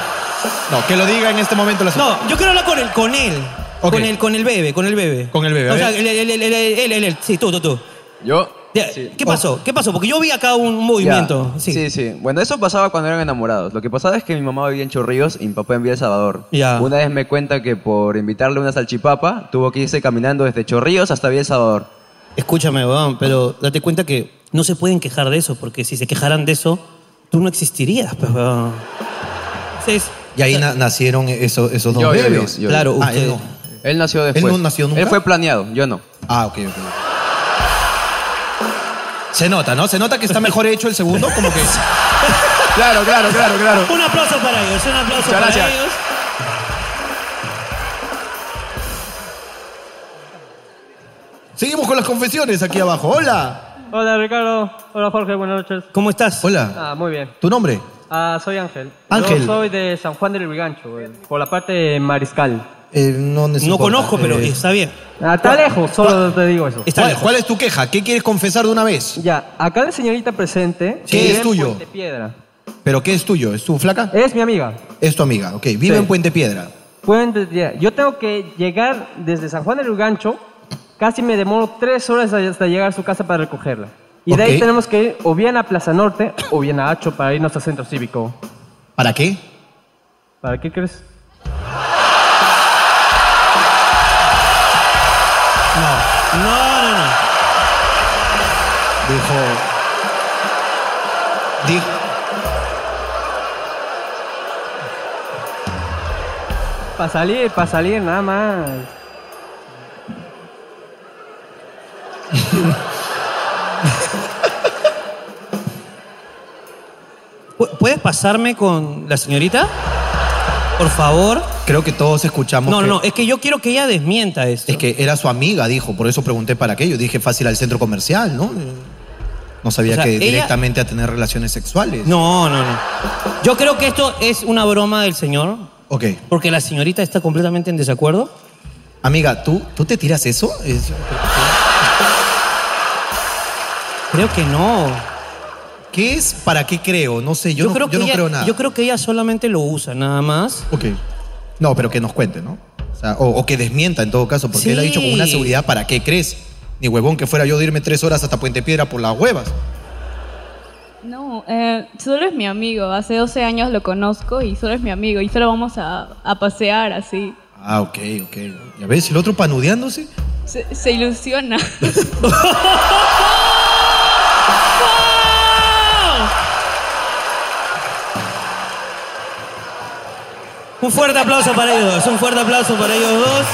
No, que lo diga en este momento la señora. No, yo quiero hablar con él, con él. Ok. Con el, con el bebé, con el bebé. Con el bebé, a O sea, ver. él, él, él, él, él, él, él. sí, tú, tú, tú. Yo. Ya, sí. ¿Qué pasó? ¿Qué pasó? Porque yo vi acá un movimiento. Ya. Sí. sí, sí. Bueno, eso pasaba cuando eran enamorados. Lo que pasaba es que mi mamá vivía en Chorrillos y mi papá en Villa El Salvador. Ya. Una vez me cuenta que por invitarle una salchipapa, tuvo que irse caminando desde Chorrillos hasta Villa El Salvador. Escúchame, weón, pero date cuenta que no se pueden quejar de eso, porque si se quejaran de eso, tú no existirías, pues, weón. Entonces, Y ahí na- nacieron esos, esos dos Yo, yo, yo, bebés. yo. Claro, Ah, usted- él no. Él nació después. no nació nunca? Él fue planeado, yo no. Ah, ok, ok. Se nota, ¿no? Se nota que está mejor hecho el segundo, como que es- Claro, claro, claro, claro. Un aplauso para ellos, un aplauso para gracias. ellos. Seguimos con las confesiones aquí abajo. Hola. Hola Ricardo, hola Jorge, buenas noches. ¿Cómo estás? Hola. Ah, muy bien. ¿Tu nombre? Ah, soy Ángel. Ángel. Yo soy de San Juan del Rigancho, eh, por la parte de Mariscal. no Eh, No conozco, pero está bien. Ah, Está lejos, solo te digo eso. Está ¿Cuál, lejos. cuál es tu queja? ¿Qué quieres confesar de una vez? Ya, acá la señorita presente. ¿Qué vive es en tuyo? Puente Piedra. ¿Pero qué es tuyo? ¿Es tu flaca? Es mi amiga. Es tu amiga, ok. Vive Sí. en Puente Piedra. Puente Piedra. Yo tengo que llegar desde San Juan del Rigancho. Casi me demoro tres horas hasta llegar a su casa para recogerla. Y de Ok. ahí tenemos que ir o bien a Plaza Norte o bien a Hacho para irnos al centro cívico. ¿Para qué? ¿Para qué crees? No, no, no. Dijo. Dijo. Para salir, para salir, nada más. ¿Pu- ¿Puedes pasarme con la señorita? Por favor. Creo que todos escuchamos. No, que- no, no. Es que yo quiero que ella desmienta esto. Es que era su amiga, dijo. Por eso pregunté para qué. Yo dije fácil al centro comercial, ¿no? Eh, No sabía O sea, que ella- directamente a tener relaciones sexuales. No, no, no. Yo creo que esto es una broma del señor, Ok. porque la señorita está completamente en desacuerdo. Amiga, ¿tú, ¿tú te tiras eso? Es- Creo que no. ¿Qué es? ¿Para qué creo? No sé, yo, no, creo yo no ella, creo nada. Yo creo que ella solamente lo usa, nada más. Ok. No, pero que nos cuente, ¿no? O, sea, o- o que desmienta en todo caso, porque él ha dicho con una Sí. seguridad, ¿para qué crees? Ni huevón que fuera yo de irme tres horas hasta Puente Piedra por las huevas. No, eh, solo es mi amigo. Hace 12 años lo conozco y solo es mi amigo. Y solo vamos a, a pasear así. Ah, ok, ok. Ya ves, el otro panudeándose. Se, se ilusiona. Un fuerte aplauso para ellos dos. Un fuerte aplauso para ellos dos.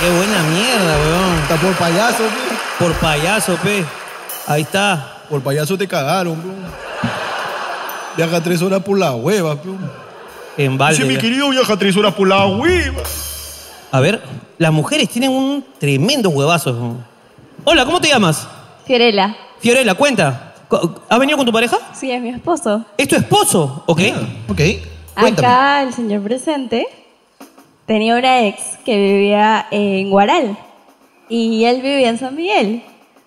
Qué buena mierda, weón. Está por payaso, pe. Por payaso, pe. Ahí está. Por payaso te cagaron, bro. Viaja tres horas por las huevas, bro. En balde. ya. querido viaja tres horas por las huevas. A ver, las mujeres tienen un tremendo huevazo. Hola, ¿cómo te llamas? Fiorella, Fiorella, cuenta. Co- ¿Ha venido con tu pareja? Sí, es mi esposo. ¿Es tu esposo? ¿Ok? Ah, Ok. Cuéntame. Acá el señor presente tenía una ex que vivía en Guaral y él vivía en San Miguel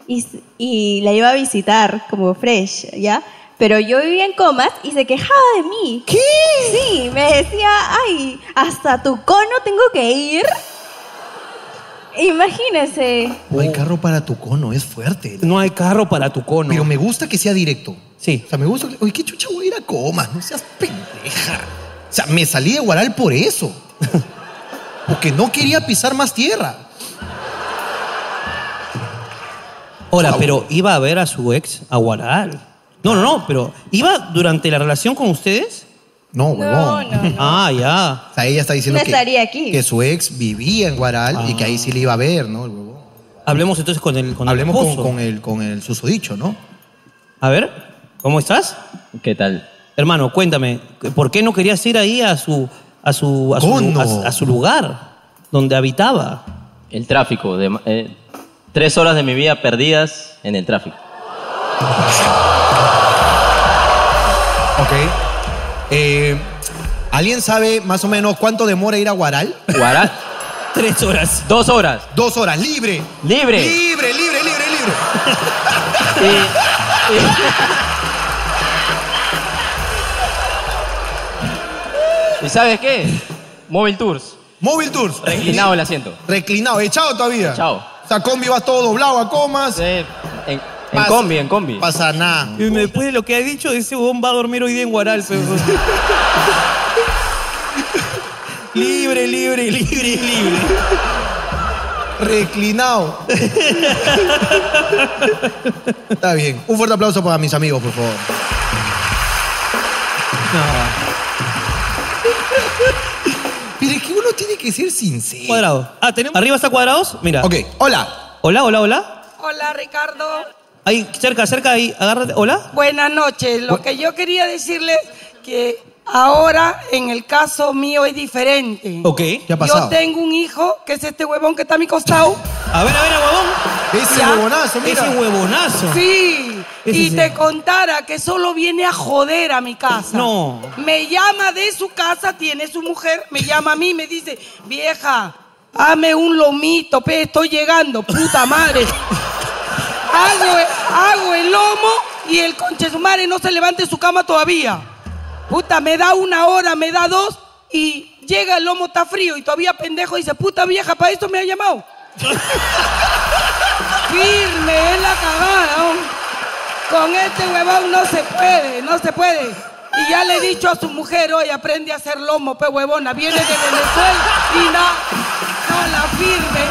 y, s- y la iba a visitar como fresh, ¿ya? Pero yo vivía en comas y se quejaba de mí. ¿Qué? Sí, me decía, ay, hasta tu cono tengo que ir. Imagínese. No hay carro para tu cono, es fuerte. Oh. No hay carro para tu cono. Pero me gusta que sea directo. Sí. O sea, me gusta. que- Oye, qué chucha voy a ir a comas, no seas pendeja. O sea, me salí de Guaral por eso. Porque no quería pisar más tierra. Ahora, pero iba a ver a su ex a Guaral. No, no, no, pero ¿iba durante la relación con ustedes? No, No, huevón. no, no. Ah, ya. O sea, ella está diciendo No que, estaría aquí. que su ex vivía en Guaral y que ahí sí le iba a ver, ¿no? El huevón. Hablemos entonces con el, con el Hablemos con, esposo. con el, con el susodicho, ¿no? A ver, ¿cómo estás? ¿Qué tal? Hermano, cuéntame, ¿por qué no querías ir ahí a su, a su, a su, Cono. a- a su lugar donde habitaba? El tráfico. de ma- eh, tres horas de mi vida perdidas en el tráfico. Ok. Eh, ¿Alguien sabe más o menos cuánto demora ir a Guaral? Guará. Tres horas. Dos horas. Dos horas, libre. Libre. Libre, libre, libre, libre. eh. Y- Eh, y- ¿Y sabes qué? Móvil Tours. Móvil Tours. Reclinado el asiento. Reclinado, echado todavía. Echado. O sea, combi vas todo doblado a comas. Eh, En, en Pasa- combi, en combi. Pasa nada. Y después de lo que ha dicho, ese huevón va a dormir hoy día en Guaral. pero- libre, libre, libre, libre. Reclinado. Está bien. Un fuerte aplauso para mis amigos, por favor. Pero es que uno tiene que ser sincero. Cuadrado. Ah, tenemos. Arriba está cuadrados. Mira. Ok, hola. Hola, hola, hola. Hola Ricardo, Ahí, cerca, cerca, ahí. Agárrate. Hola. buenas noches. Lo que yo quería decirles que ahora en el caso mío es diferente. Ok. ¿Qué ha Yo pasado? tengo un hijo que es este huevón que está a mi costado. A ver, a ver, huevón. Ese Ya. huevonazo, mira. Ese huevonazo. Sí, Ese y sí. te contara que solo viene a joder a mi casa. No. Me llama de su casa, tiene su mujer, me llama a mí, me dice, vieja, hazme un lomito, pe, estoy llegando, puta madre. hago, hago el lomo y el conche de su madre no se levante de su cama todavía. Puta, me da una hora, me da dos y llega el lomo, está frío y todavía pendejo dice, puta vieja, para esto me ha llamado. Firme, es la cagada. ¿no? Con este huevón no se puede, no se puede. Y ya le he dicho a su mujer hoy, aprende a hacer lomo, pe huevona. Viene de Venezuela y no, no la firme.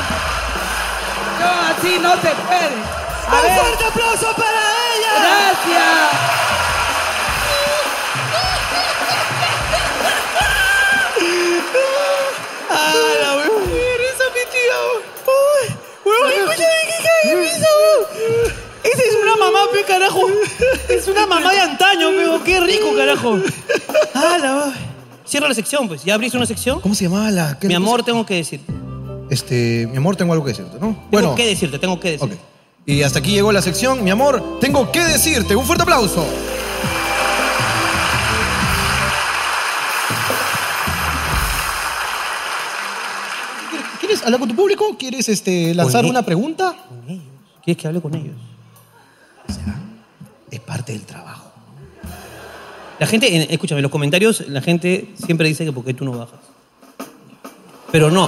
No, así no se puede. A ver, aplauso para gracias. Ah, ¡Hala, huevón! ¡Eres mi tía! ¡Uy! ¡Huevón, escúchame que cae de risa, huevón! Esa es una mamá, pe, carajo. Es una mamá de antaño, pero qué rico, carajo. ¡Hala, huevón! Cierra la sección, pues. ¿Ya abriste una sección? ¿Cómo se llamaba la? Mi amor, tengo que decirte. Este, mi amor, tengo algo que decirte, ¿no? Tengo que decirte, tengo que Ok. decirte. Y hasta aquí llegó la sección, mi amor, tengo que decirte. Un fuerte aplauso. ¿Quieres hablar con tu público? ¿Quieres este, lanzar Oye. una pregunta? Con ellos. ¿Quieres que hable con ellos? Es parte del trabajo. La gente, en- escúchame, en los comentarios la gente siempre dice que porque tú no bajas. Pero no.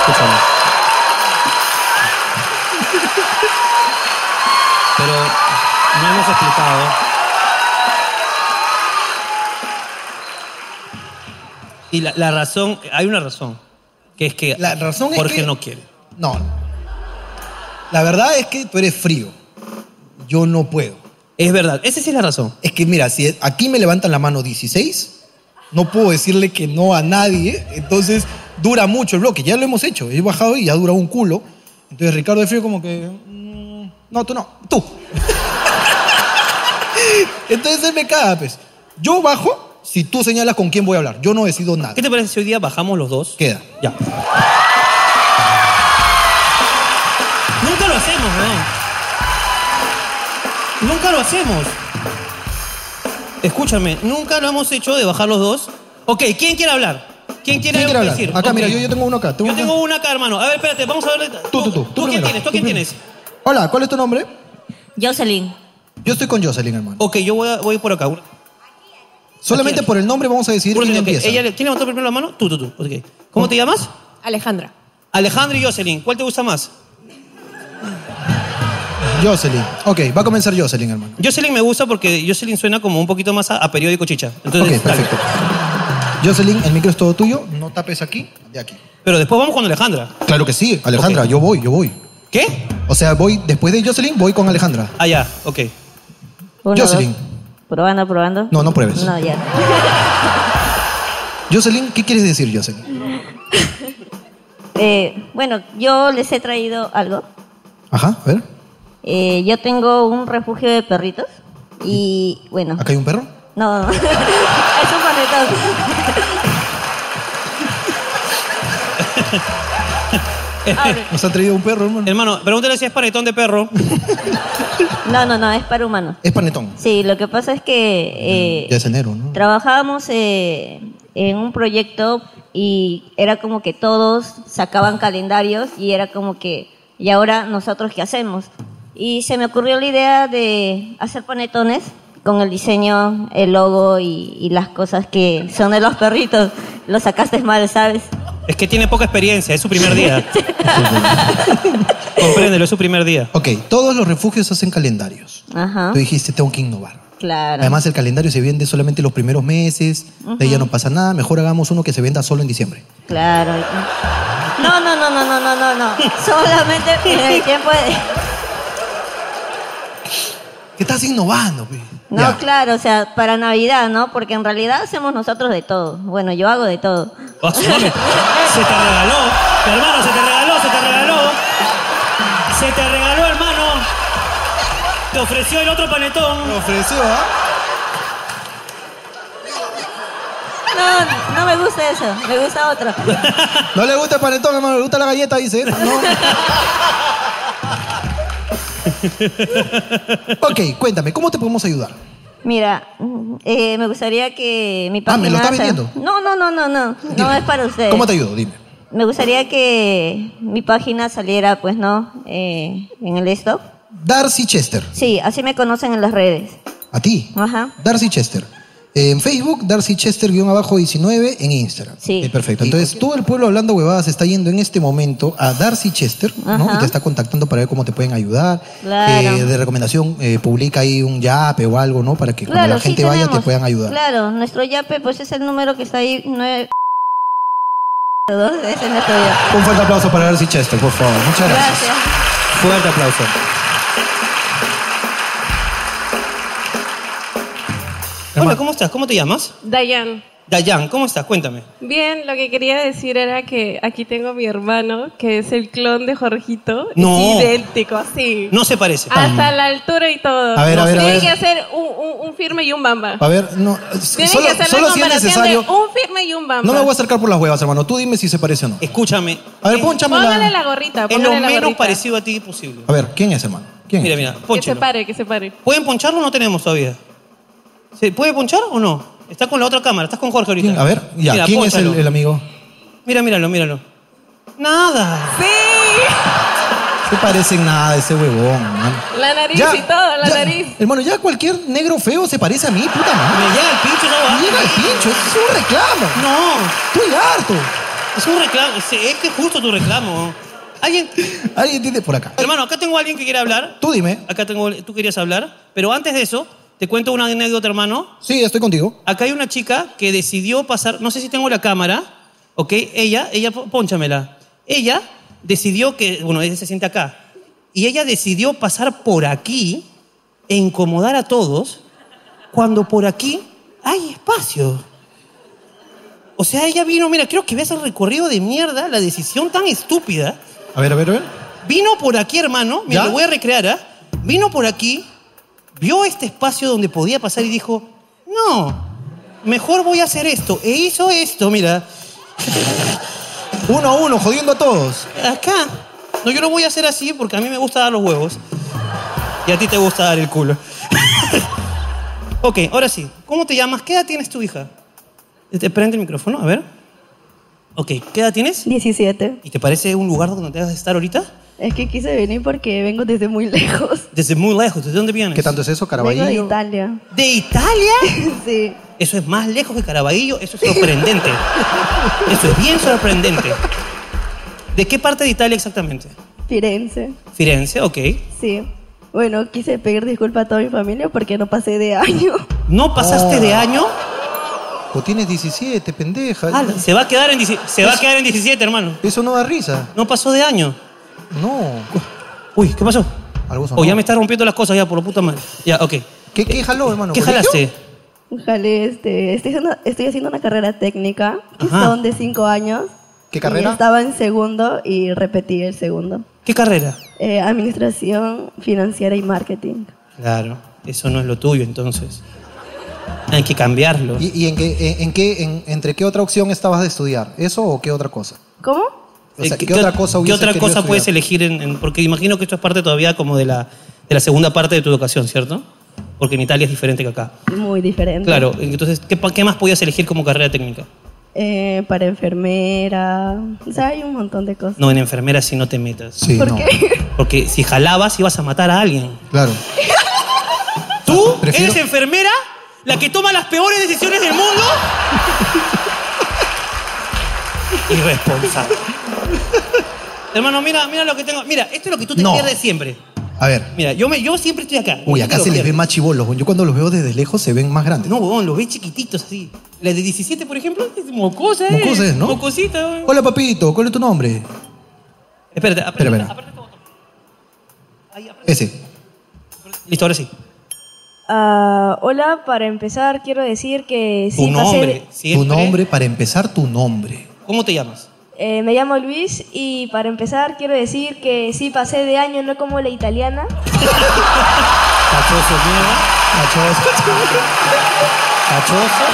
Escúchame. Pero no hemos explicado. Y la, la razón, hay una razón, que es que La razón es Jorge que- no quiere. No. La verdad es que tú eres frío. Yo no puedo. Es verdad, esa sí es la razón. Es que mira, si aquí me levantan la mano 16, no puedo decirle que no a nadie. Entonces dura mucho el bloque. Ya lo hemos hecho. He bajado y ya dura un culo. Entonces Ricardo de Frío como que... mm, no, tú no. Tú. Entonces él me caga, pues. Yo bajo si tú señalas con quién voy a hablar. Yo no decido nada. ¿Qué te parece si hoy día bajamos los dos? Queda. Ya. Nunca lo hacemos, ¿no? Nunca lo hacemos. Escúchame, nunca lo hemos hecho de bajar los dos. Ok, ¿quién quiere hablar? ¿Quién quiere, ¿Quién quiere algo hablar? decir? Acá, Ok. mira, yo, yo tengo uno acá. Yo acá. tengo una acá, hermano. A ver, espérate, vamos a ver. Tú, tú, tú. ¿Tú quién primero, tienes? ¿Tú quién primero. tienes? Hola, ¿cuál es tu nombre? Jocelyn. Yo estoy con Jocelyn, hermano. Ok, yo voy, a- voy por acá. Una- Solamente quién? por el nombre vamos a decidir Por quién eso, ok, empieza. ella le- ¿Quién levantó primero la mano? Tú, tú, tú. ok. Oh. ¿Cómo te llamas? Alejandra. Alejandro y Jocelyn. ¿Cuál te gusta más? Jocelyn. Ok, va a comenzar Jocelyn, hermano. Jocelyn me gusta porque Jocelyn suena como un poquito más a, a periódico chicha. Entonces, ok, dale. perfecto. Jocelyn, el micro es todo tuyo. No tapes aquí, de aquí. Pero después vamos con Alejandra. Claro que sí, Alejandra, Ok. yo voy, yo voy. ¿Qué? O sea, voy, después de Jocelyn, voy con Alejandra. Ah, ya, ok. Uno, Jocelyn. dos. Probando, probando. No, no pruebes. No, ya. Jocelyn, ¿qué quieres decir, Jocelyn? Eh, bueno, yo les he traído algo. Ajá, a ver. Eh, yo tengo un refugio de perritos. Y bueno, Acá hay un perro. no, no. es un perrito. Abre. Nos han traído un perro, hermano. Hermano, pregúntale si es paretón de perro. No, no, no, es para humanos. Es panetón. Sí, lo que pasa es que eh, Ya es enero, ¿no? trabajábamos eh, en un proyecto y era como que todos sacaban calendarios y era como que, ¿y ahora nosotros qué hacemos? Y se me ocurrió la idea de hacer panetones con el diseño, el logo y, y las cosas que son de los perritos. Lo sacaste mal, ¿sabes? Es que tiene poca experiencia, es su primer día. Compréndelo, es su primer día. Ok, todos los refugios hacen calendarios. Ajá, Tú dijiste, tengo que innovar. claro. Además, el calendario se vende solamente los primeros meses, de ahí ya no pasa nada. Mejor hagamos uno que se venda solo en diciembre. Claro. No, no, no, no, no, no, no, no. Solamente en el tiempo de... ¿Qué estás innovando? pe? No, Ya. claro, o sea, para Navidad, ¿no? Porque en realidad hacemos nosotros de todo. Bueno, yo hago de todo. Oh, su madre. se te regaló, hermano, se te regaló, se te regaló. Se te regaló, hermano. Te ofreció el otro panetón. Lo ofreció, ¿ah? No, no me gusta eso, me gusta otro. No le gusta el panetón, hermano, le gusta la galleta, dice. No. ok, cuéntame, ¿cómo te podemos ayudar? Mira, eh, me gustaría que mi Ah, página... ¿me lo está sea- vendiendo? No, no, no, no, no, no Dime. es para ustedes. ¿Cómo te ayudo? Dime. Me gustaría que mi página saliera, pues, ¿no? Eh, en el stop. Darcy Chester, Sí, así me conocen en las redes. a ti. Ajá. Darcy Chester. En Facebook, Darcy Chester-19 en Instagram. Sí. Eh, perfecto. Entonces, todo el pueblo hablando huevadas está yendo en este momento a Darcy Chester, ¿no? Ajá. Y te está contactando para ver cómo te pueden ayudar. Claro. Eh, de recomendación, eh, publica ahí un yape o algo, ¿no? Para que cuando la sí gente vaya te tenemos. puedan ayudar. Claro, nuestro yape, pues, es el número que está ahí. nueve- Dos, ese es nuestro yape. Un fuerte aplauso para Darcy Chester, por favor. Muchas gracias. Gracias. Fuerte aplauso. Hola, ¿cómo estás? ¿Cómo te llamas? Dayan, Dayan, ¿cómo estás? Cuéntame. bien, lo que quería decir era que aquí tengo a mi hermano, que es el clon de Jorgito. No. Es idéntico, así. No se parece. Hasta Ah, la altura y todo. A ver, a ver, a Tiene ver. que hacer un, un- un firme y un bamba. A ver, no, Tiene solo, que hacer solo la si es comparación necesario. de un firme y un bamba. No me voy a acercar por las huevas, hermano. Tú dime si se parece o no. Escúchame. A ver, es- ponchame Póngale la la... gorrita, Es lo póngale la menos gorrita. parecido a ti posible. A ver, ¿quién es, hermano? ¿Quién Mira, es? mira, Que se ponchalo. pare, que se pare. ¿Pueden poncharlo o no tenemos todavía? ¿Se puede ponchar o no? Está con la otra cámara, estás con Jorge ¿Quién? ahorita. A ver, ya, Mira, ¿quién es el, pónchalo. el amigo? Mira, míralo, míralo. Nada. Sí, Se parece en nada ese huevón, hermano. la nariz y todo, la ya, nariz. Hermano, ya cualquier negro feo se parece a mí, puta madre. Me llega el pincho, Me no llega el pincho, eso es un reclamo. No, Estoy harto. es un reclamo. Es es que es justo tu reclamo. Alguien. Alguien tiene por acá. Hermano, acá tengo a alguien que quiere hablar. Tú dime. Acá tengo. Tú querías hablar. Pero antes de eso, te cuento una anécdota, hermano. Sí, estoy contigo. Acá hay una chica que decidió pasar, no sé si tengo la cámara, ¿ok? Ella, ella, pó- pónchamela. Ella decidió que, bueno, ella se siente acá, y ella decidió pasar por aquí e incomodar a todos cuando por aquí hay espacio. O sea, ella vino, mira, creo que veas el recorrido de mierda, la decisión tan estúpida. A ver, a ver, a ver. Vino por aquí, hermano, mira, ¿Ya? lo voy a recrear, ¿ah? Vino por aquí, vio este espacio donde podía pasar y dijo, no, mejor voy a hacer esto. E hizo esto, mira, Uno a uno, jodiendo a todos. acá. No, yo lo voy a hacer así porque a mí me gusta dar los huevos. Y a ti te gusta dar el culo. Ok, ahora sí. ¿Cómo te llamas? ¿Qué edad tienes tu hija? Este, Prende el micrófono, a ver. Ok, ¿qué edad tienes? 17. ¿Y te parece un lugar donde debes estar ahorita? Es que quise venir porque vengo desde muy lejos. Desde muy lejos, ¿desde dónde vienes? ¿Qué tanto es eso, Vengo de Italia. ¿De Italia? sí. Eso es más lejos que Caraballo, eso es sorprendente. eso es bien sorprendente. ¿De qué parte de Italia exactamente? Firenze. Firenze, ok. Sí. Bueno, quise pedir disculpas a toda mi familia porque no pasé de año. ¿No pasaste de año? O tienes 17, pendeja. Ah, Se va a quedar en, dieci- se va a quedar en 17, hermano. Eso no da risa. No pasó de año. No. Uy, ¿qué pasó? Algo O ya me está rompiendo las cosas, ya, por la puta madre. Ya, ok. ¿Qué, qué jaló, hermano? ¿Qué ¿Colegio? jalaste? Ojalá, este, estoy haciendo, estoy haciendo una carrera técnica, que Ajá. son de 5 años. ¿Qué Y estaba en segundo y repetí el segundo. ¿Qué carrera? Eh, administración financiera y marketing. Claro, eso no es lo tuyo entonces. Hay que cambiarlo. ¿Y, y en qué, en, en qué, en- entre qué otra opción estabas de estudiar? ¿Eso o qué otra cosa? ¿Cómo? O sea, Eh, ¿qué, otra cosa qué hubieses otra querido cosa puedes estudiar? elegir? en- en- porque imagino que esto es parte todavía como de la, de la segunda parte de tu educación, ¿cierto? Porque en Italia es diferente que acá. Muy diferente. Claro, entonces, ¿qué, pa- qué más podías elegir como carrera técnica? Eh, para enfermera. O sea, hay un montón de cosas. No, en enfermera si no te metas. ¿Por qué? Porque si jalabas ibas a matar a alguien. Claro. ¿Tú eres enfermera? ¿La que toma las peores decisiones del mundo? Irresponsable. Hermano, mira, mira lo que tengo. Mira, esto es lo que tú te No. pierdes siempre. A ver. Mira, yo, me, yo siempre estoy acá. Uy, Yo acá te lo se les pierdo. ven más chivolos. Yo cuando los veo desde lejos se ven más grandes. No, huevón, los ves chiquititos así. La de 17, por ejemplo, es mocosa, ¿eh? Mocosa es, ¿no? Mocosita, huevón. Hola, papito. ¿Cuál es tu nombre? Espérate, este apre- Espera, espera. Ese. Listo, ahora sí. Ah, hola, para empezar quiero decir que sí tu pasé- nombre. Tu nombre, para empezar, tu nombre. ¿Cómo te llamas? eh, me llamo Luis y para empezar quiero decir que sí pasé de año, no como la italiana. Cachoso, mierda. Cachoso. Cachoso.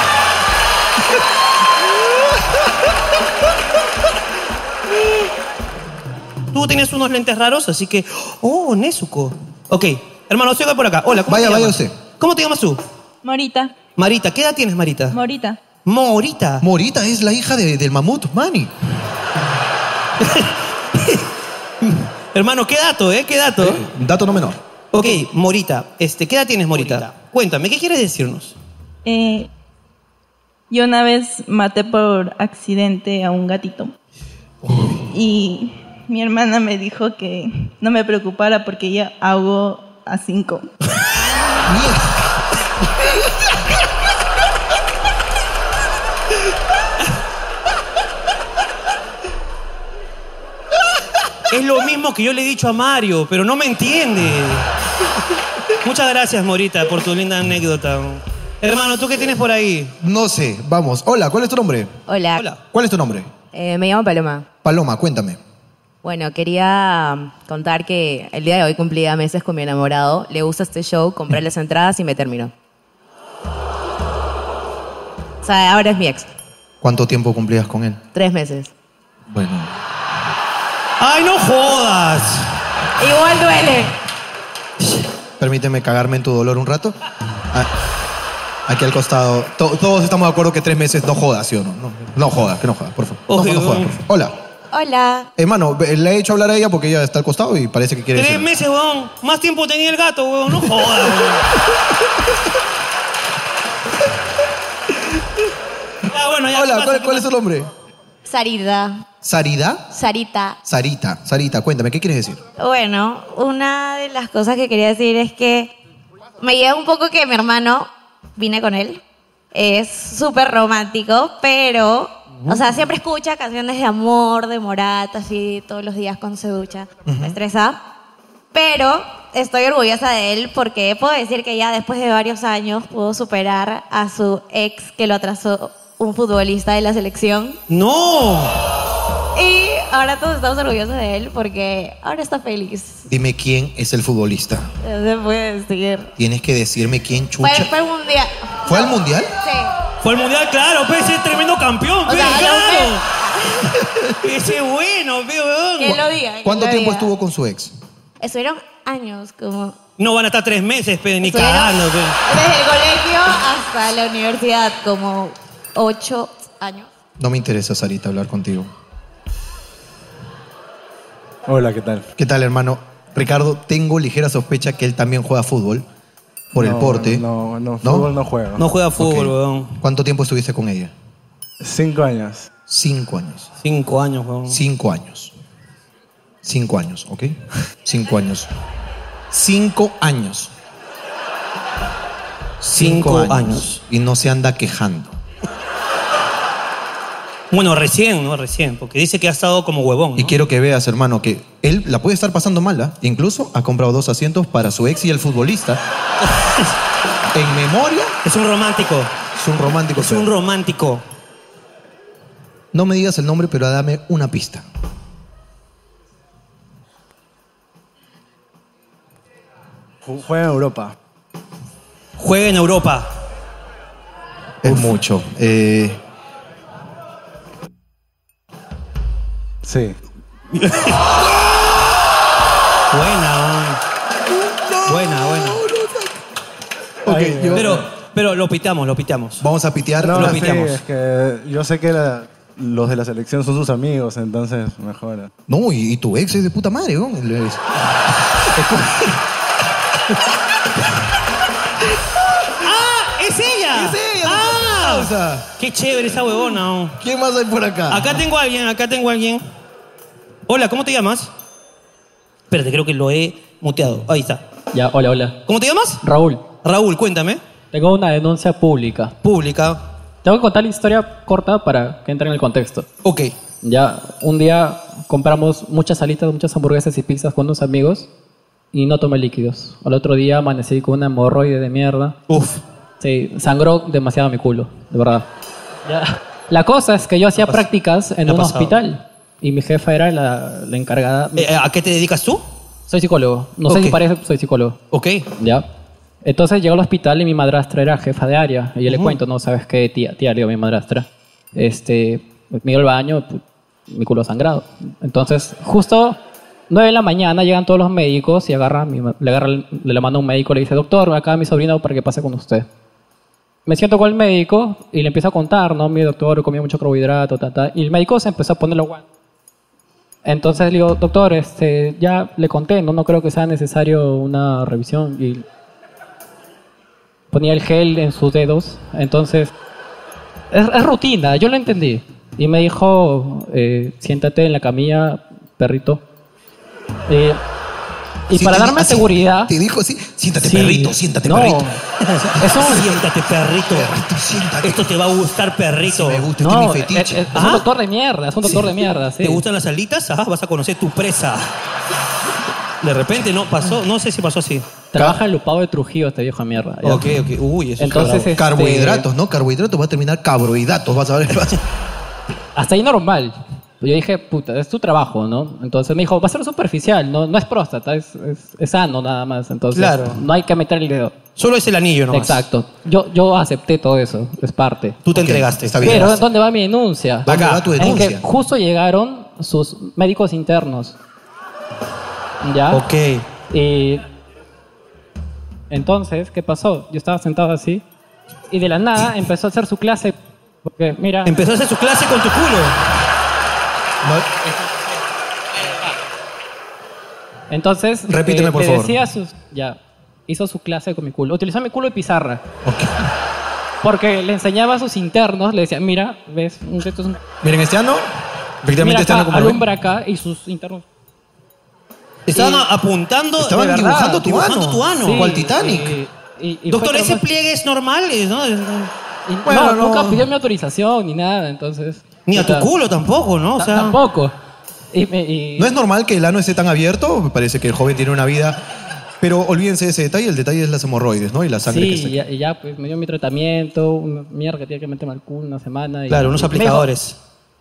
Tú tenías unos lentes raros, así que. Oh, Nezuko. Ok, hermano, siga por acá. Hola, ¿cómo Vaya, te vaya llamas? ¿Cómo te llamas tú? Morita, Marita, ¿qué edad tienes, Marita? Morita. Morita. Morita es la hija de- del mamut, Manny. Hermano, qué dato, ¿eh? Qué dato. dato no menor. Ok, Morita, este, ¿qué edad tienes, Morita? Cuéntame, ¿qué quieres decirnos? Eh, yo una vez maté por accidente a un gatito. Y mi hermana me dijo que no me preocupara porque ella hago a cinco. Es lo mismo que yo le he dicho a Mario, pero no me entiende. Muchas gracias, Morita, por tu linda anécdota. Hermano, ¿tú qué tienes por ahí? No sé, vamos. Hola, ¿cuál es tu nombre? Hola, ¿Cuál es tu nombre? Eh, me llamo Paloma. Paloma, cuéntame. Bueno, quería mm, contar que el día de hoy cumplía meses con mi enamorado. Le gusta este show, compré las entradas y me terminó. O sea, ahora es mi ex. ¿Cuánto tiempo cumplías con él? Tres meses. Bueno. ¡Ay, no jodas! Igual duele. Permíteme cagarme en tu dolor un rato. Ah, aquí al costado. To- todos estamos de acuerdo que tres meses no jodas, ¿sí o no? No, no jodas, que no jodas, por favor. No, Ojo, no jodas, por favor. Hola. Hola. Hermano, ve- le he hecho hablar a ella porque ella está al costado y parece que quiere Tres decir. meses, weón. Más tiempo tenía el gato, weón. No jodas, weón. Ya, ah, bueno, ya. Hola, ¿qué ¿cuál, pasa? cuál es tu nombre? Sarida, ¿Sarida? Sarita. Sarita, Sarita, cuéntame, ¿qué quieres decir? Bueno, una de las cosas que quería decir es que me lleva un poco que mi hermano, vine con él, es súper romántico, pero, o sea, siempre escucha canciones de amor, de Morat, así todos los días cuando se ducha, me estresa, pero estoy orgullosa de él porque puedo decir que ya después de varios años pudo superar a su ex que lo atrasó un futbolista de la selección. ¡No! Y ahora todos estamos orgullosos de él porque ahora está feliz. Dime quién es el futbolista. No se puede decir. Tienes que decirme quién Fue, chucha. fue el mundial. ¿Fue al mundial? Sí. Fue el mundial, claro, pues es tremendo campeón, O pe, sea, claro. Ese es bueno, pe, weón. Que lo diga. que ¿Cuánto lo tiempo diga. estuvo con su ex? Estuvieron años como... No van a estar tres meses, pe, ni Estuvieron- cagando. pe. Desde el colegio hasta la universidad, como ocho años. No me interesa, Sarita, hablar contigo. Hola, ¿qué tal? ¿Qué tal, hermano? Ricardo, tengo ligera sospecha que él también juega fútbol por el No, porte. No, no, fútbol no juego. No juega fútbol, weón. ¿Cuánto tiempo estuviste con ella? Cinco años. Cinco años. Cinco años, weón. Cinco años. Cinco años, ¿ok? Cinco años. Cinco años. Cinco años. Y no se anda quejando. Bueno, recién, ¿no? Recién, porque dice que ha estado como huevón. Y quiero que veas, hermano, que él la puede estar pasando mala. Incluso ha comprado dos asientos para su ex y el futbolista. en memoria. Es un romántico. Es un romántico. Es un romántico. No me digas el nombre, pero dame una pista. Ju- Juega en Europa. Juega en Europa. Es mucho. Eh, Sí. Buena, weón. Buena, buena. Ay, yo- pero, pero lo pitamos, lo pitamos. Vamos a pitear. No, lo sí, pitamos. es que yo sé que la- los de la selección son sus amigos, entonces mejor. No, y, y tu ex es de puta madre, ¿no? Le- es- ¡Ah! ¡Es ella! ¡Es ella! ¡Ah! O sea, Qué chévere esa huevona. oh. ¿Quién más hay por acá? Acá tengo a alguien, acá tengo a alguien. Hola, ¿cómo te llamas? Espérate, creo que lo he muteado. Ahí está. Ya, hola, hola. ¿Cómo te llamas? Raúl. Raúl, cuéntame. Tengo una denuncia pública. Pública. Tengo que contar la historia corta para que entre en el contexto. Ok. Ya, un día compramos muchas salitas, muchas hamburguesas y pizzas con unos amigos y no tomé líquidos. Al otro día amanecí con una hemorroide de mierda. Uf. Sí, sangró demasiado mi culo, de verdad. Ya. La cosa es que yo hacía prácticas en ha un pasado. hospital y mi jefa era la, la encargada. Eh, ¿A qué te dedicas tú? Soy psicólogo. No sé Ok. si parece, soy psicólogo. Ok. Ya. Entonces llego al hospital y mi madrastra era jefa de área. Y yo le Ujú. cuento, no, ¿sabes qué? Tía, tía, le digo a mi madrastra. Este, me iba al baño, pu- mi culo sangrado. Entonces, justo 9 de la mañana llegan todos los médicos y agarra, a mi ma- le agarra el- le la mano a un médico y le dice, doctor, acá mi sobrino para que pase con usted. Me siento con el médico y le empiezo a contar, ¿no? Mi doctor comía mucho carbohidrato, ta, ta. Y el médico se empezó a poner los guantes. Entonces le digo, doctor, este, ya le conté, ¿no? no creo que sea necesario una revisión. Y ponía el gel en sus dedos. Entonces, es, es rutina, yo lo entendí. Y me dijo, eh, siéntate en la camilla, perrito. Eh, y Sí, para te di- darme así, seguridad... Te dijo así, siéntate Sí. perrito, siéntate No. perrito. Eso- Siéntate, perrito. Esto te va a gustar, perrito. Me gusta, No, es, es- es un doctor de mierda, es un doctor de mierda, sí. ¿Te gustan las alitas? Ah, vas a conocer tu presa. De repente no pasó, no sé si pasó así. Trabaja en Lupado de Trujillo este viejo de mierda. ya. Ok, ok. Uy, eso Entonces, es bravo. este- Carbohidratos, ¿no? Carbohidratos va a terminar cabrohidratos, vas a ver. vas a- Hasta ahí normal. Pues Yo dije, puta, es tu trabajo, ¿no? Entonces me dijo, va a ser superficial, no, no es próstata, es, es- es sano nada más. Entonces Claro. no hay que meter el dedo. Solo es el anillo nomás. Exacto. Yo, yo acepté todo eso, es parte. Tú te entregaste. Está bien. Pero ¿dónde va mi denuncia? ¿Dónde va tu denuncia? Es que justo llegaron sus médicos internos. ¿Ya? Ok. Y entonces, ¿qué pasó? Yo estaba sentado así y de la nada empezó a hacer su clase. Porque, mira. Empezó a hacer su clase con tu culo. Entonces, Repíteme, eh, por le favor. decía sus- ya, hizo su clase con mi culo. Utilizó mi culo de pizarra. Porque le enseñaba a sus internos, le decía, mira, ves, esto es un... Miren, este ano, Mira efectivamente este acá, ano como lo ven. alumbra acá y sus internos... Estaban Y- apuntando. Estaban de verdad, dibujando tu dibujando ano. tu ano. Sí, Cual Titanic. y- y- y Doctor, fue ese como- pliegue es normal, ¿no? y- no, nunca pidió mi autorización ni nada, entonces... Ni a tu Ta- culo tampoco, ¿no? O ta- sea- Tampoco. Y me- y- ¿No es normal que el ano esté tan abierto? Me parece que el joven tiene una vida. Pero olvídense de ese detalle, el detalle es las hemorroides, ¿no? Y la sangre que Sí, se... y ya, y ya, pues me dio mi tratamiento, una mierda que tiene que meterme al culo una semana. y- Claro, unos y me dijo, aplicadores.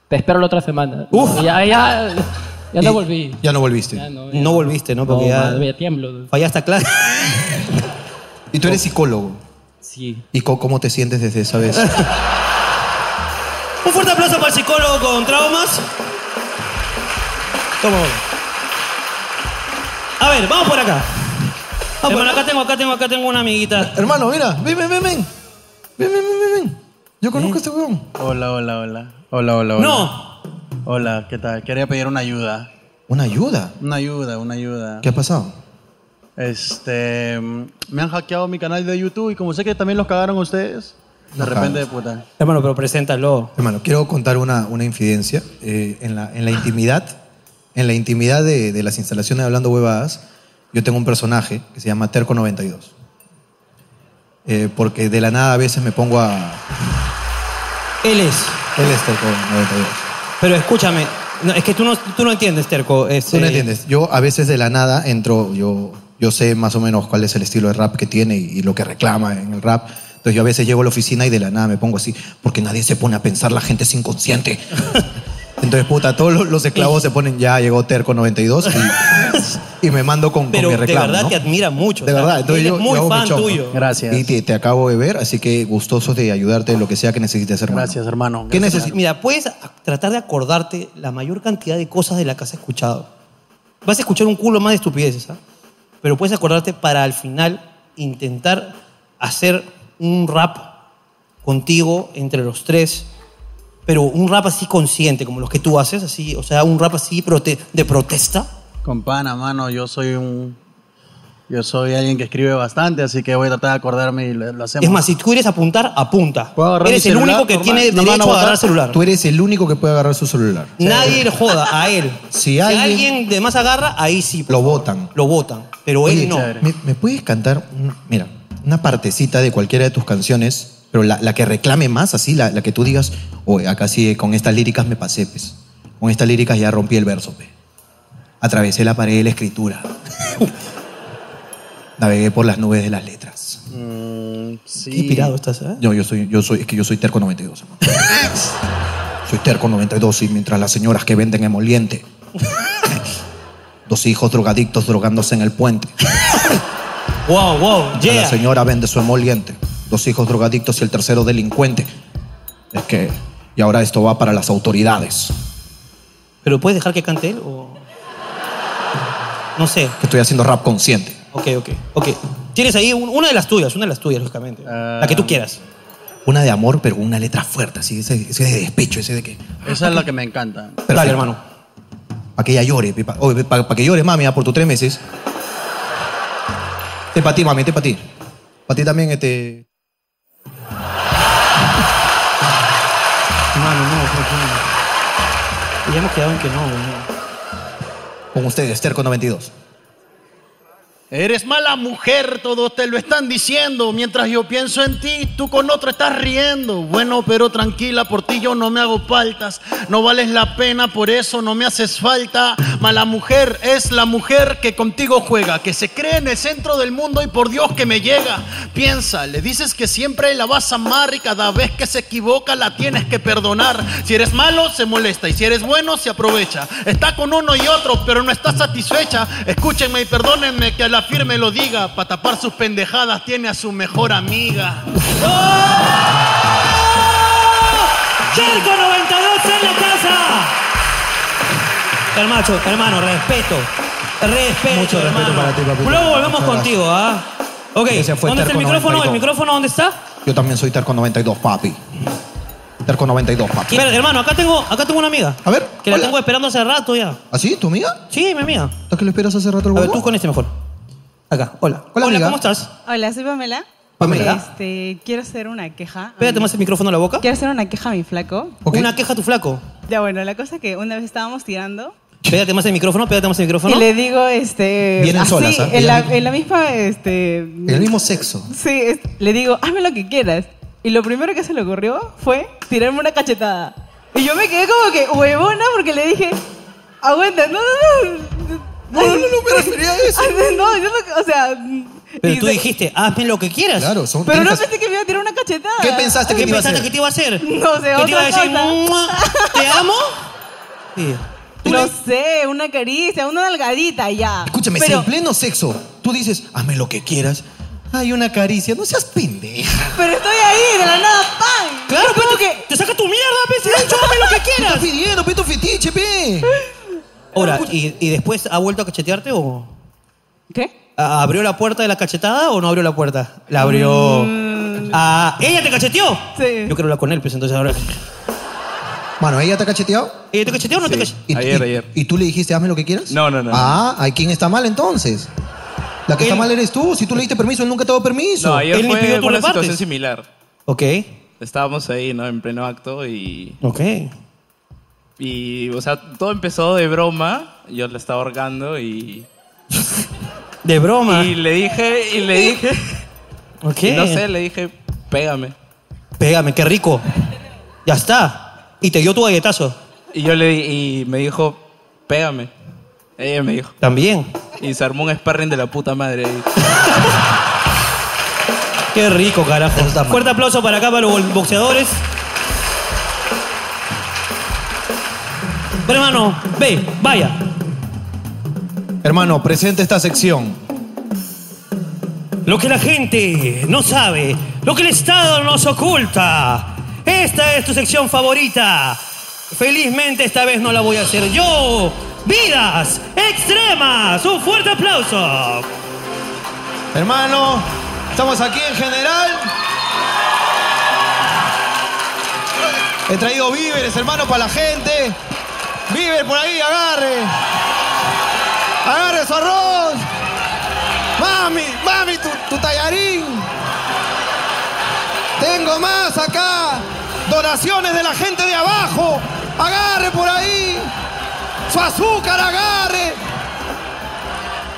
Te espero la otra semana. Uf. Y ya, ya, ya no volví. Ya no volviste. no, volviste, ¿no? Porque No, ya madre, tiemblo. fallaste a clase. Y tú eres psicólogo. Sí. ¿Y co- cómo te sientes desde esa vez? Un fuerte aplauso para el psicólogo con traumas. Toma. uno. A ver, vamos por acá. Hermano, acá tengo, acá tengo, acá tengo una amiguita. Hermano, mira, ven, ven, ven, ven. Ven, ven, ven, ven, ven. Yo conozco a este weón. Hola, hola, hola. Hola, hola, hola. ¡No! Hola, ¿qué tal? Quería pedir una ayuda. ¿Una ayuda? Una ayuda, una ayuda. ¿Qué ha pasado? Este. mm, Me han hackeado mi canal de YouTube y como sé que también los cagaron ustedes, de Nos repente, cagamos. puta. Hermano, pero preséntalo. Hermano, quiero contar una, una infidencia. Eh, en, la, en la intimidad, en la intimidad de, de las instalaciones de Hablando Huevadas, yo tengo un personaje que se llama Terco92. Eh, porque de la nada a veces me pongo a... Él es. Él es Terco92. Pero escúchame, no, es que tú no, tú no entiendes, Terco. es, Tú no eh, entiendes. Yo a veces de la nada entro, yo, yo sé más o menos cuál es el estilo de rap que tiene y, y lo que reclama en el rap. Entonces yo a veces llego a la oficina y de la nada me pongo así, porque nadie se pone a pensar, la gente es inconsciente. Entonces, puta, todos los, los esclavos se ponen, ya llegó Terco 92 y, y me mando con, con Pero mi de reclamo. verdad ¿no? te admira mucho. De o sea, verdad, entonces él yo es muy yo hago mi fan chongo. tuyo. Y te, te acabo de ver, así que gustosos de ayudarte en lo que sea que necesites, hermano. Gracias, hermano. ¿Qué necesitas? Mira, puedes a- tratar de acordarte la mayor cantidad de cosas de la que has escuchado. Vas a escuchar un culo más de estupideces, ¿ah? Pero puedes acordarte para al final intentar hacer un rap contigo entre los tres. Pero un rap así consciente, como los que tú haces, así, o sea, un rap así prote- de protesta. Compana, mano, yo soy un. Yo soy alguien que escribe bastante, así que voy a tratar de acordarme y lo, lo hacemos. Es más, si tú quieres apuntar, apunta. agarrar Eres mi el celular, único que normal? tiene No me van a derecho a botar. agarrar celular. Tú eres el único que puede agarrar su celular. Nadie le joda a él. Si alguien- de más agarra, ahí sí. Lo votan. Lo votan. Pero él Oye, no. ¿me, me puedes cantar, un- mira, una partecita de cualquiera de tus canciones, pero la, la que reclame más, así, la, la que tú digas, oye, acá sí, con estas líricas me pasé, pues. Con estas líricas ya rompí el verso, pues. Atravesé la pared de la escritura. Navegué por las nubes de las letras. Mm, sí. Qué pirado estás, ¿eh? No, yo soy, yo soy, es que yo soy terco 92, hermano. Soy terco 92 y mientras las señoras que venden emoliente, dos hijos drogadictos drogándose en el puente. Wow, wow, Mientras La señora vende su emoliente, dos hijos drogadictos y el tercero delincuente. Es que, y ahora esto va para las autoridades. Pero puedes dejar que cante él o. No sé. Que estoy haciendo rap consciente. Ok, ok, ok. Tienes ahí un- una de las tuyas, una de las tuyas, lógicamente. La Ah. que tú quieras. Una de amor, pero con una letra fuerte, así, ese, ese de despecho, ese de que. Esa es la que me encanta. Dale, hermano. Para que ella llore, para que llore, mami, ah, por tus tres meses. Te para ti, mami, te para ti. Para ti también, este. Mano, no, Ya hemos quedado en que no, no. Con ustedes, Terco 92. Eres mala mujer, todos te lo están diciendo. Mientras yo pienso en ti, tú con otro estás riendo. Bueno, pero tranquila, por ti yo no me hago faltas. No vales la pena, por eso no me haces falta. Mala mujer es la mujer que contigo juega, que se cree en el centro del mundo y por Dios que me llega. Piensa, le dices que siempre la vas a amar y cada vez que se equivoca la tienes que perdonar. Si eres malo, se molesta y si eres bueno, se aprovecha. Está con uno y otro, pero no está satisfecha. Escúchenme y perdónenme que a la firme lo diga. Para tapar sus pendejadas tiene a su mejor amiga. ¡Cerco 92 en la casa! Hermano, hermano, respeto. Respeto, Mucho respeto hermano. para ti, papito. Luego volvemos Muchas contigo, ¿ah? Ok, Ese fue ¿dónde está el Terco micrófono? 92. ¿El micrófono dónde está? Yo también soy Terco 92, papi. Terco 92, papi. Espera, hermano, acá tengo, acá tengo una amiga. A ver. Que la tengo esperando hace rato ya. ¿Ah, sí? ¿Tu amiga? Sí, mi amiga. ¿A qué le esperas hace rato el A ver, huevo? tú con este mejor. Acá, hola. Hola, amiga. ¿cómo estás? Hola, soy Pamela. Pamela. Este, quiero hacer una queja. Pégate más el micrófono a la boca. Quiero hacer una queja a mi flaco. Una queja a tu flaco. Ya bueno, la cosa que una vez estábamos tirando Pégate más el micrófono, pégate más el micrófono. y le digo, este... Vienen así, solas, ¿ah? en, la, Vienen- en la misma, este... El mismo sexo. Sí, es- le digo, hazme lo que quieras. Y lo primero que se le ocurrió fue tirarme una cachetada. Y yo me quedé como que huevona porque le dije, aguanta, no, no, no. No, no, no me refería a eso. No, yo no, o sea... Pero tú dijiste, hazme lo que quieras. Claro, son Pero no pensé que me iba a tirar una cachetada. ¿Qué pensaste que te iba a hacer? ¿Qué te iba a hacer? No sé, ¿Qué te iba a otra decir? cosa. "Mua, ¿Te amo? Sí. No sé, una caricia, una nalgadita ya. Escúchame, si pero, en pleno sexo tú dices, hazme lo que quieras, hay una caricia, no seas pendeja. pero estoy ahí, de la nada, ¡pam! Claro, Es pero como que... Te saca tu mierda, pues. pe, si de hecho, hazme lo que quieras. Estás pidiendo, pe, tu fetiche, pe. Ahora, ¿y, y después ha vuelto a cachetearte o...? Ah, ¿Abrió la puerta de la cachetada o no abrió la puerta? La abrió. Mm. Ah, ¿Ella te cacheteó? Sí. Yo quiero hablar con él, pues entonces ahora. Mano, ¿ella te ha cacheteado? ¿Ella te cacheteó o no te ¿Y, cacheteó? y- ¿Y tú le dijiste, hazme lo que quieras? No, no, no. Ah, ¿hay quién está mal entonces? La que está mal eres tú. Si tú le diste permiso, él nunca te dio permiso. No, ayer él fue ni pidió tú una le situación partes. similar. Ok. Estábamos ahí, ¿no? En pleno acto y... Ok. Y, o sea, todo empezó de broma. Yo le estaba ahorcando y... De broma. Y le dije, y le dije... Ok. y no sé, le dije, pégame. Pégame, qué rico. Ya está. Y te dio tu galletazo. Y yo le di- y me dijo, pégame. Ella me dijo. También. Y se armó un sparring de la puta madre ahí. Qué rico, carajo. Fuerte aplauso para acá, para los bol- boxeadores. Pero, hermano, ve, vaya. Hermano, presente esta sección. Lo que la gente no sabe, lo que el Estado nos oculta. Esta es tu sección favorita. Felizmente esta vez no la voy a hacer yo. Vidas extremas. Un fuerte aplauso. Hermano, estamos aquí en general. He traído víveres, hermano, para la gente. Víver por ahí, agarre. Agarre su arroz. Mami, mami, tu, tu tallarín. Tengo más acá. Donaciones de la gente de abajo. Agarre por ahí. Su azúcar, agarre.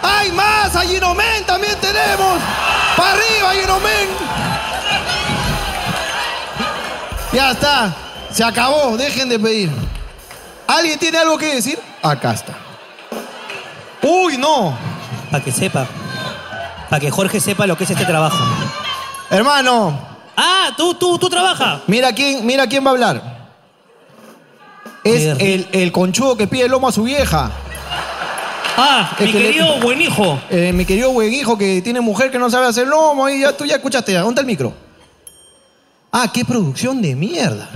Hay más, a Ginomen también tenemos. Para arriba, Ginomen. Ya está, se acabó, dejen de pedir. ¿Alguien tiene algo que decir? Acá está. Uy, no. Para que sepa. Para que Jorge sepa lo que es este trabajo. Hermano. Ah, tú, tú, tú trabajas. Mira quién, mira quién va a hablar. Es el, el conchudo que pide lomo a su vieja. Ah, mi querido buen hijo. Eh, mi querido buen hijo que tiene mujer que no sabe hacer lomo y ya tú ya escuchaste. ya. ¿Dónde está el micro? Ah, qué producción de mierda.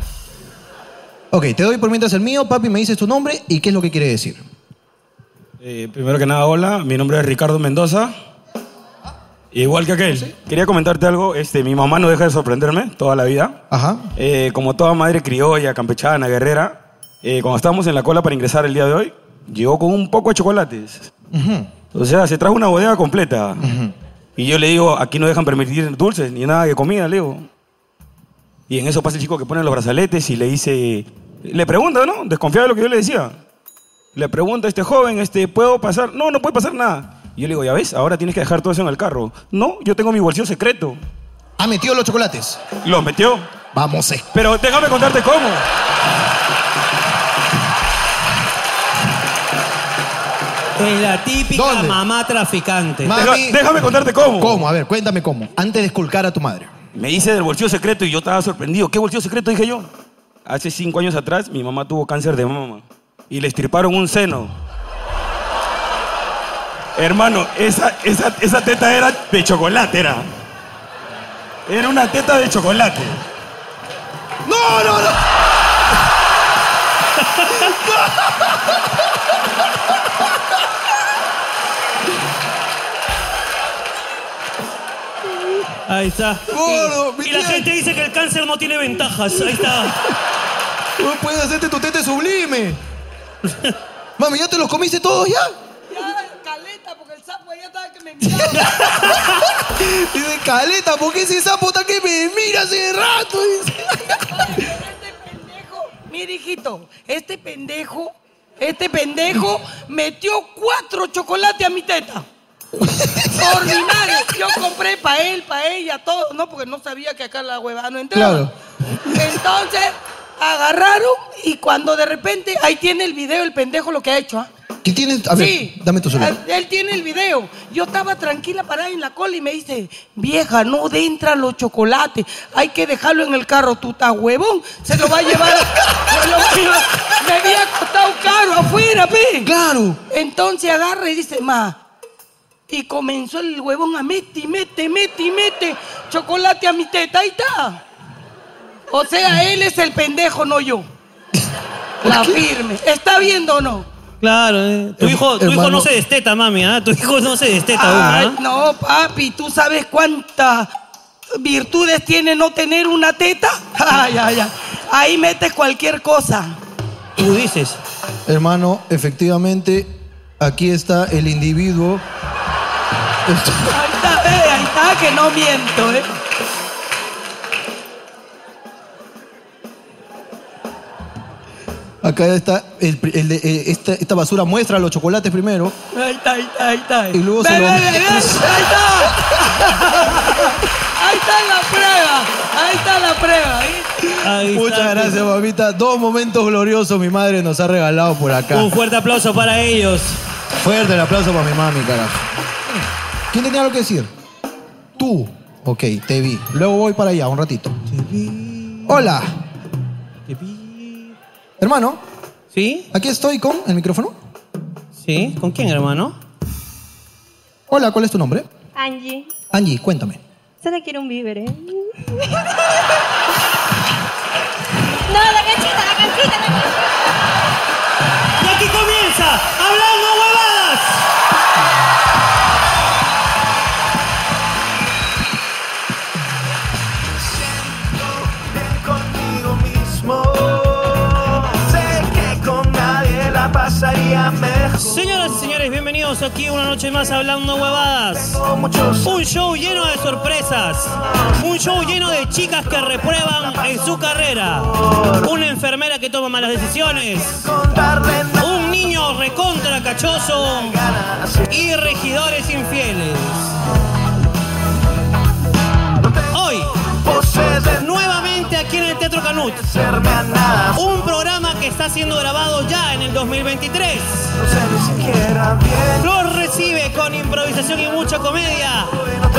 Ok, te doy por mientras el mío, papi, me dices tu nombre y qué es lo que quiere decir. Eh, primero que nada, hola, mi nombre es Ricardo Mendoza. Igual que aquel, quería comentarte algo. Este, mi mamá no deja de sorprenderme toda la vida. Ajá. Eh, como toda madre criolla, campechana, guerrera, eh, cuando estábamos en la cola para ingresar el día de hoy, llegó con un poco de chocolates. O sea, se trajo una bodega completa. Y yo le digo, aquí no dejan permitir dulces ni nada de comida, le digo. Y en eso pasa el chico que pone los brazaletes y le dice, le pregunta, ¿no? Desconfiado de lo que yo le decía. Le pregunta a este joven, este, ¿puedo pasar? No, no puede pasar nada. Y yo le digo, ya ves, ahora tienes que dejar todo eso en el carro. No, yo tengo mi bolsillo secreto. ¿Ha metido Ah, los chocolates? Los metió. Vamos, eh. Pero déjame contarte cómo. Es la típica mamá traficante. déjame contarte cómo. ¿Cómo? A ver, cuéntame cómo. Antes de esculcar a tu madre. Me dice del bolsillo secreto y yo estaba sorprendido. ¿Qué bolsillo secreto? Dije yo. Hace cinco años atrás mi mamá tuvo cáncer de mama y le estirparon un seno. Hermano, esa, esa, esa teta era de chocolate, era. Era una teta de chocolate. ¡No, no, no! Ahí está. Gordo, y la gente dice que el cáncer no tiene ventajas. Ahí está. Tú puedes hacerte tu tete sublime. Mami, ¿ya te los comiste todos ya? Dice, caleta, ¿por qué ese sapo está que me mira hace rato? Dice. Mira, hijito, este pendejo, este pendejo metió cuatro chocolates a mi teta. Ordinario, yo compré para él, para ella, todo, no, porque no sabía que acá la huevada no entraba. Claro. Entonces, agarraron y cuando de repente, ahí tiene el video, el pendejo lo que ha hecho, ¿ah? ¿Qué tienes? A ver, Sí. dame tu celular. Ah, Él tiene el video. Yo estaba tranquila parada en la cola y me dice, vieja, no de entra los chocolates. Hay que dejarlo en el carro. Tú estás huevón. Se lo va a llevar. se lo va a llevar. Me había costado caro afuera, pe. Claro. Entonces agarra y dice, ma. Y comenzó el huevón a mete, y mete, mete, y mete chocolate a mi teta. Ahí está. O sea, él es el pendejo, no yo. La firme. ¿Está viendo o no? Claro, eh. Em, tu, hijo, tu hijo hermano. no se desteta, mami, ¿ah? Tu hijo no se desteta Ay, aún, ¿ah? no, papi, ¿tú sabes cuántas virtudes tiene no tener una teta? Ay, ay, ay. Ahí metes cualquier cosa. Tú dices. Hermano, efectivamente, aquí está el individuo. Ahí está, ve, ahí está, que no miento, ¿eh? Acá está el pri- el de- eh, esta, esta basura muestra los chocolates primero. Ahí está, ahí está, ahí está. Y luego Ve, se lo- ve, ve, ve, ahí está. Ahí está la prueba, ahí está la prueba. ¿eh? Muchas gracias, mamita. Dos momentos gloriosos mi madre nos ha regalado por acá. Un fuerte aplauso para ellos. Fuerte el aplauso para mi mami, carajo. ¿Quién tenía algo que decir? Tú. Ok, te vi. Luego voy para allá un ratito. Hola. Hermano. ¿Sí? Aquí estoy con el micrófono. ¿Sí? ¿Con quién, hermano? Hola, ¿cuál es tu nombre? Angie, Angie, cuéntame. se le quiere un víver, ¿eh? No, la canchita, la canchita, la Y aquí comienza Hablando Huevadas. conmigo mismo. Sé que con nadie la pasaría mejor. Señoras y señores, bienvenidos aquí una noche más a Hablando Huevadas. Un show lleno de sorpresas. Un show lleno de chicas que reprueban en su carrera. Una enfermera que toma malas decisiones. Un niño recontra cachoso. Y regidores infieles. Hoy, nuevamente aquí en el Teatro Canut. Un programa que está siendo grabado ya en el 2023. Flor recibe con improvisación y mucha comedia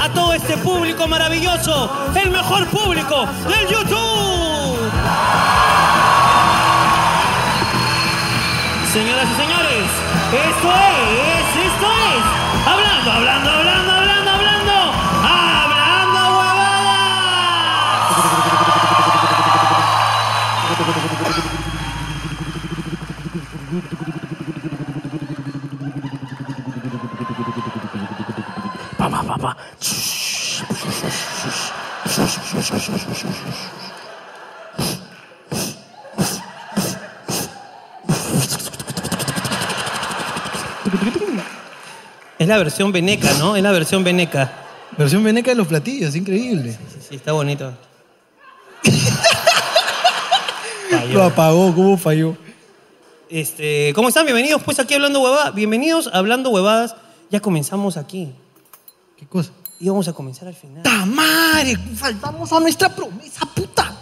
a todo este público maravilloso, el mejor público del YouTube. Señoras y señores, esto es, esto es, hablando, hablando, hablando, hablando, hablando, hablando Papá, papá. Es la versión veneca, ¿no? Es la versión veneca. Versión veneca de los platillos, increíble. Sí, está bonito. Lo apagó, ¿cómo falló? Este, ¿Cómo están? Bienvenidos pues aquí a Hablando Huevadas. Bienvenidos a Hablando Huevadas. Ya comenzamos aquí. ¿Qué cosa? Y vamos a comenzar al final. ¡Tamare! Faltamos a nuestra promesa, puta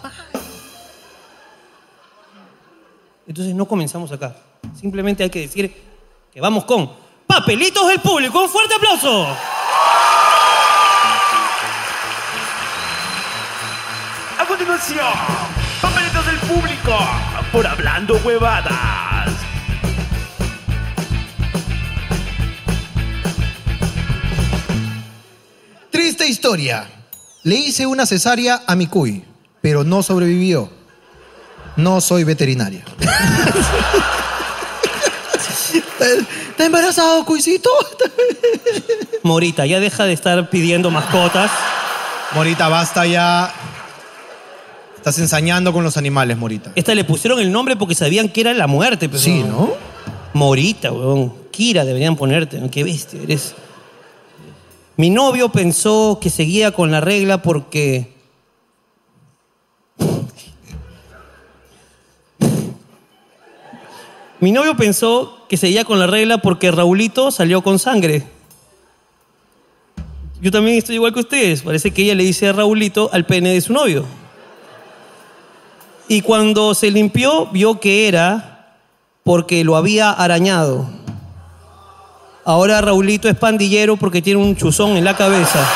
Entonces no comenzamos acá. Simplemente hay que decir que vamos con papelitos del público. ¡Un fuerte aplauso! A continuación, papelitos del público por hablando huevadas. Triste historia. Le hice una cesárea a mi cuy, pero no sobrevivió. No soy veterinaria. ¿Está embarazado, cuisito? Morita, ya deja de estar pidiendo mascotas. Morita, basta ya. Estás ensañando con los animales, Morita. Esta le pusieron el nombre porque sabían que era la muerte. Pero sí, ¿no? Morita, weón. Kira deberían ponerte. ¿no? Qué bestia eres. Mi novio pensó que seguía con la regla porque... Mi novio pensó que seguía con la regla porque Raulito salió con sangre. Yo también estoy igual que ustedes. Parece que ella le dice a Raulito al pene de su novio. Y cuando se limpió, vio que era porque lo había arañado. Ahora Raulito es pandillero porque tiene un chuzón en la cabeza.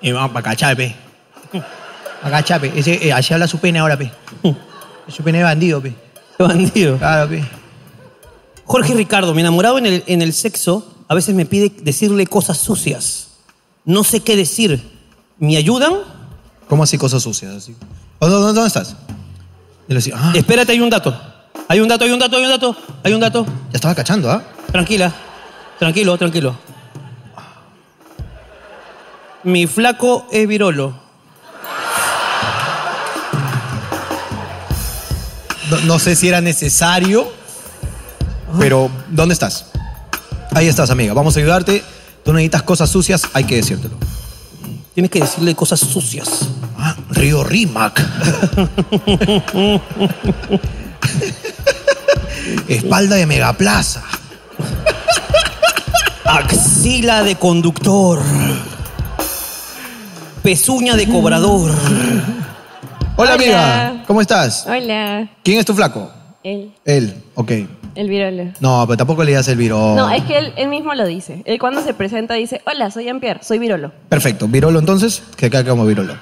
Y vamos para cachar, pe. Acá, chape. Ese, eh, así habla su pene ahora, pe. Su pene Uh. de bandido, pe. Bandido. Claro, pe. Jorge Ricardo, mi enamorado en el, en el sexo, a veces me pide decirle cosas sucias. No sé qué decir. ¿Me ayudan? ¿Cómo así cosas sucias? Así? ¿Dó- dó- ¿Dónde, estás? "Ah". Espérate, hay un dato. Hay un dato, hay un dato, hay un dato, hay un dato. Ya estaba cachando, ¿ah? Tranquila, tranquilo, tranquilo. Mi flaco es virolo. No, no sé si era necesario, pero ¿dónde estás? Ahí estás, amiga. Vamos a ayudarte. Tú necesitas cosas sucias, hay que decírtelo. Ah, Tienes que decirle cosas sucias. Río Rimac. Espalda de Megaplaza. Axila de conductor. Pezuña de cobrador. Hola, Hola. amiga. ¿Cómo estás? Hola, ¿Quién es tu flaco? él, Él, ok. el virolo. No, pero tampoco le digas el virolo. No, es que él, él mismo lo dice. Él cuando se presenta dice, hola, soy Jean-Pierre, soy virolo. Perfecto. Virolo entonces, que acá como virolo.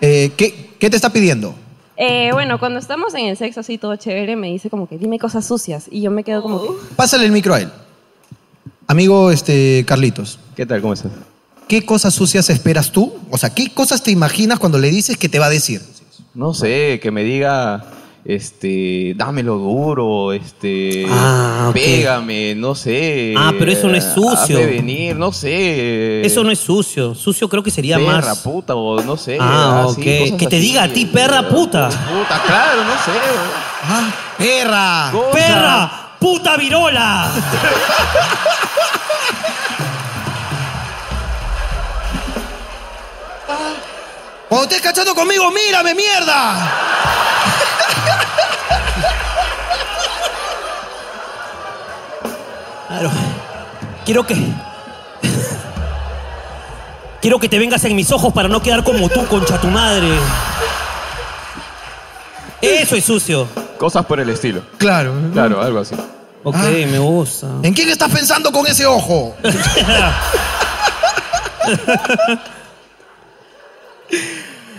Eh, ¿qué, qué te está pidiendo? Eh, bueno, cuando estamos en el sexo así todo chévere, me dice como que dime cosas sucias. Y yo me quedo como que... Pásale el micro a él. Amigo este, Carlitos. ¿Qué tal? ¿Cómo estás? ¿Qué cosas sucias esperas tú? O sea, ¿qué cosas te imaginas cuando le dices que te va a decir? No sé, que me diga, este, dámelo duro, este, Ah, ok. pégame, no sé. Ah, pero eso no es sucio. Hazme Eh, venir, no sé. Eso no es sucio. Sucio creo que sería perra, más. puta, o no sé. Ah, así, ok. cosas Que te así. diga a ti, perra puta. Puta, claro, no sé. perra. Perra. Puta virola. Cuando estés cachando conmigo, mírame, mierda. Claro. Quiero que. Quiero que te vengas en mis ojos para no quedar como tú, concha tu madre. Eso es sucio. Cosas por el estilo. Claro. Claro, algo así. Ok, me gusta. ¿En quién estás pensando con ese ojo?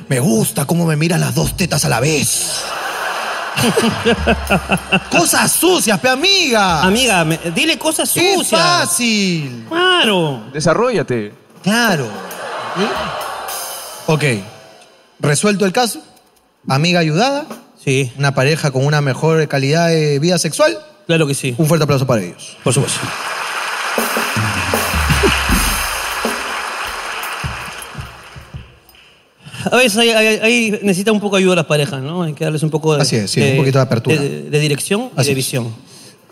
me gusta cómo me miran las dos tetas a la vez. cosas sucias, pe amiga. Amiga, me- dile cosas ¡Qué sucias. fácil! Claro. Desarrollate. Claro. ¿Mm? Ok. Resuelto el caso. Amiga ayudada. Sí. Una pareja con una mejor calidad de vida sexual. Claro que sí. Un fuerte aplauso para ellos. Por supuesto. A veces ahí, ahí- ahí necesita un poco de ayuda las parejas, ¿no? Hay que darles un poco de. Así es, sí, un poquito de apertura. De, de dirección y Así de es. visión.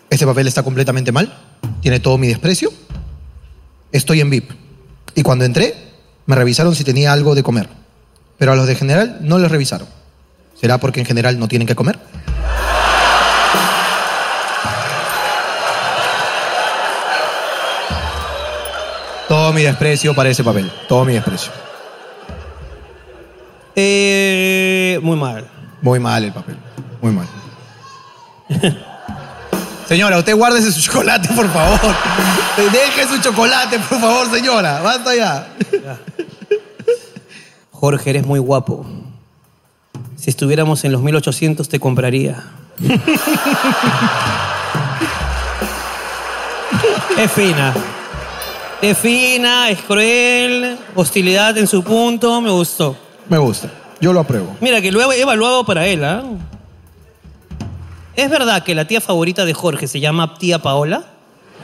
Este papel está completamente mal. Tiene todo mi desprecio. Estoy en VIP. Y cuando entré, me revisaron si tenía algo de comer. Pero a los de general no les revisaron. ¿Será porque en general no tienen que comer? Todo mi desprecio para ese papel. Todo mi desprecio. Eh, muy mal. Muy mal el papel. Muy mal. Señora, usted guárdese su chocolate, por favor. Deje su chocolate, por favor, señora. Basta ya. Jorge, eres muy guapo. Si estuviéramos en los 1800 te compraría. es fina. Es fina, es cruel, hostilidad en su punto, me gustó. Me gusta. Yo lo apruebo. Mira, que lo he evaluado para él, ¿ah? ¿Es verdad que la tía favorita de Jorge se llama tía Paola?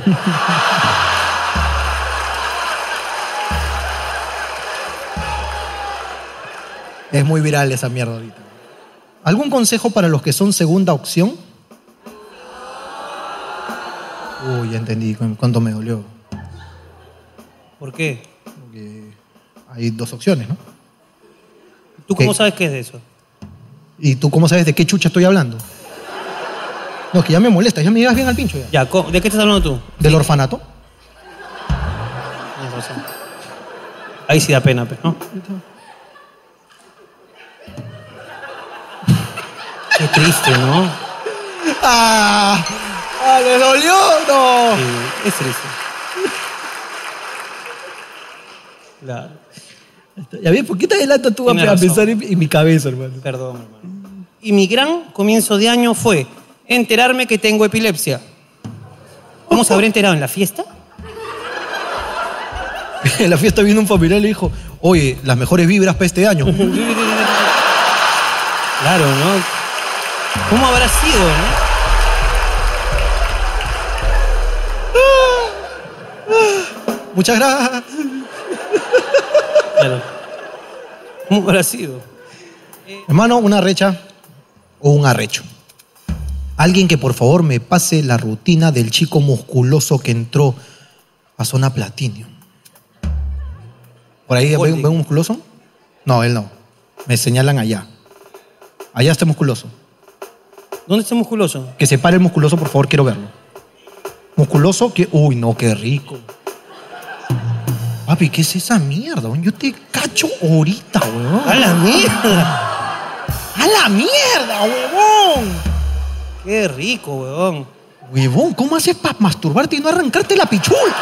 Es muy viral esa mierda ahorita. ¿Algún consejo para los que son segunda opción? Uy, ya entendí cu- cuánto me dolió. ¿Por qué? Hay dos opciones, ¿no? ¿Tú cómo sabes qué es de eso? ¿Y tú cómo sabes de qué chucha estoy hablando? No, es que ya me molesta, ya me llegas bien al pincho ya. Ya, co- ¿de qué estás hablando tú? ¿Del orfanato? Tienes razón. Ahí sí da pena, pe, ¿no? Qué triste, ¿no? ¡Ah! ¡Ah, le dolió! ¡No! Sí, es triste. Claro. Ya ves, ¿por qué te adelantas tú a, Tienes a razón. pensar en, en mi cabeza, hermano? Perdón, hermano. Y mi gran comienzo de año fue enterarme que tengo epilepsia. ¿Cómo se habré enterado? ¿En la fiesta? en la fiesta vino un familiar y le dijo, oye, las mejores vibras para este año. Claro, ¿no? ¿Cómo habrá sido, no? Muchas gracias. Claro. ¿Cómo habrá sido? Hermano, una recha o un arrecho. Alguien que por favor me pase la rutina del chico musculoso que entró a zona platino. ¿Por ahí ven, ven un musculoso? No, él no. Me señalan allá. Allá está musculoso. ¿Dónde está musculoso? Que se pare el musculoso, por favor, quiero verlo. Musculoso que. Uy, no, qué rico. Papi, ¿qué es esa mierda? weón? Yo te cacho ahorita, weón. ¡A la mierda! ¡A la mierda, huevón! Qué rico, huevón. Huevón, ¿cómo haces para masturbarte y no arrancarte la pichula?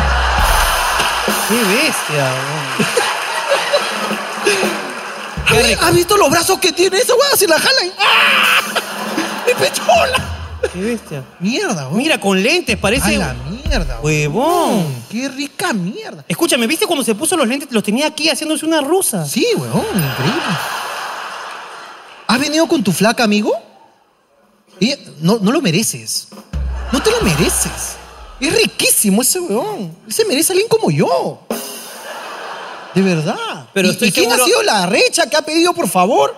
Qué bestia, ¿Has, has visto los brazos que tiene esa weá? Se la jalan. ¡Ah! ¡Mi pichula! Qué bestia. Mierda, weón. Mira, con lentes, parece. ¡A la mierda, Huevón. ¡Qué rica mierda! Escúchame, ¿viste cuando se puso los lentes? Los tenía aquí haciéndose una rusa. Sí, huevón, Oh, increíble. ¿Has venido con tu flaca, amigo? Ella- no, no lo mereces. No te lo mereces. Es riquísimo ese weón. Él se merece a alguien como yo. De verdad. Pero ¿Y, estoy y quién seguro- ha sido la recha que ha pedido, por favor?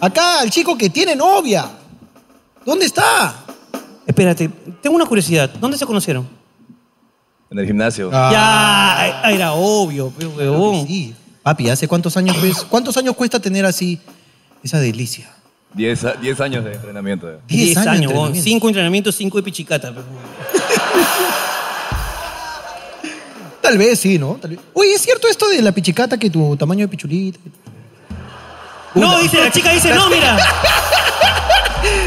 Acá al chico que tiene novia. ¿Dónde está? Espérate, tengo una curiosidad. ¿Dónde se conocieron? En el gimnasio. Ah. Ah. Ya, ay, era obvio, pe, huevón. Papi, ¿hace cuántos años ves- ¿Cuántos años cuesta tener así esa delicia? 10 a- 10 años de entrenamiento. eh. 10 años de años, huevón. entrenamiento. 5 entrenamientos, 5 de pichicata. pe, huevón. Tal vez sí, ¿no? Tal vez. Oye, ¿es cierto esto de la pichicata que tu tamaño de pichulita? No, dice, la chica dice, no, mira.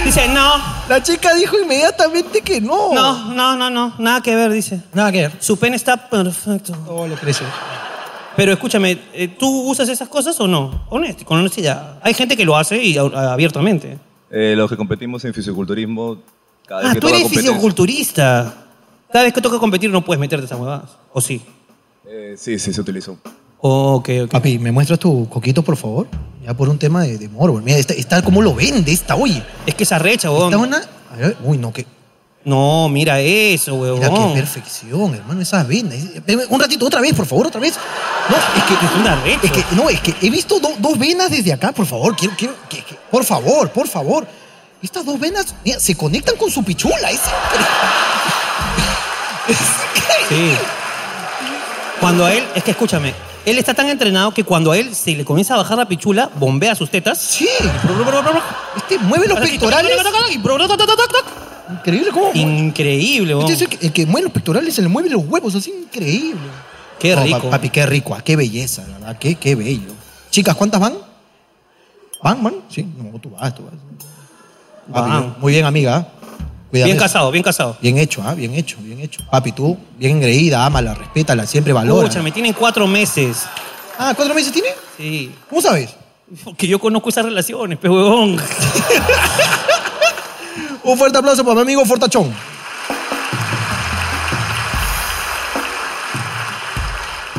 Dice, no. La chica dijo inmediatamente que no. No, no, no, no. Nada que ver, dice. Nada que ver. Su pene está perfecto. Oh, le creció. Pero escúchame, eh, ¿tú usas esas cosas o no? Honesto, con honestidad. Hay gente que lo hace y a- abiertamente. Eh, los que competimos en fisioculturismo, cada vez Ah, que tú toca eres competencia- fisioculturista. Cada vez que toca competir no puedes meterte esas huevadas. ¿O sí? Eh, sí, sí, se utilizó. Ok, ok. Papi, ¿me muestras tu coquito, por favor? Ya por un tema de, de morbo. Mira, está, como lo vende esta, oye. Es que esa recha, huevón. Está una... a ver, Uy, no, qué, No, mira eso, huevón. mira qué perfección, hermano, esas vendas. Espérame, eh, Un ratito, otra vez, por favor, otra vez. No, es que... Es una recha. Es que, no, es que he visto do- dos venas desde acá, por favor. Quiero, quiero... que- que- por favor, por favor. Estas dos venas, mira, se conectan con su pichula. Es Sí. Cuando a él, es que escúchame, él está tan entrenado que cuando a él se le comienza a bajar la pichula, bombea sus tetas. Sí. Este mueve los pectorales. Increíble, ¿cómo? Increíble, huevón. Este es el que, el que mueve los pectorales, se le mueven los huevos, es increíble. Qué No, pa- rico. papi, qué rico, ah, qué belleza, la ¿verdad? Qué, qué bello. Chicas, ¿cuántas van? ¿Van, van? Sí, no, tú vas, tú vas. Papi, Van. Muy bien, amiga. ah. Cuida Bien eso. casado, bien casado. Bien hecho, ah, bien hecho, bien hecho. Papi, tú, bien engreída, ámala, respétala, siempre valora. Escúchame, tienen cuatro meses. Ah, ¿cuatro meses tiene? Sí. ¿Cómo sabes? Porque yo conozco esas relaciones, pe huevón. Un fuerte aplauso para mi amigo Fortachón.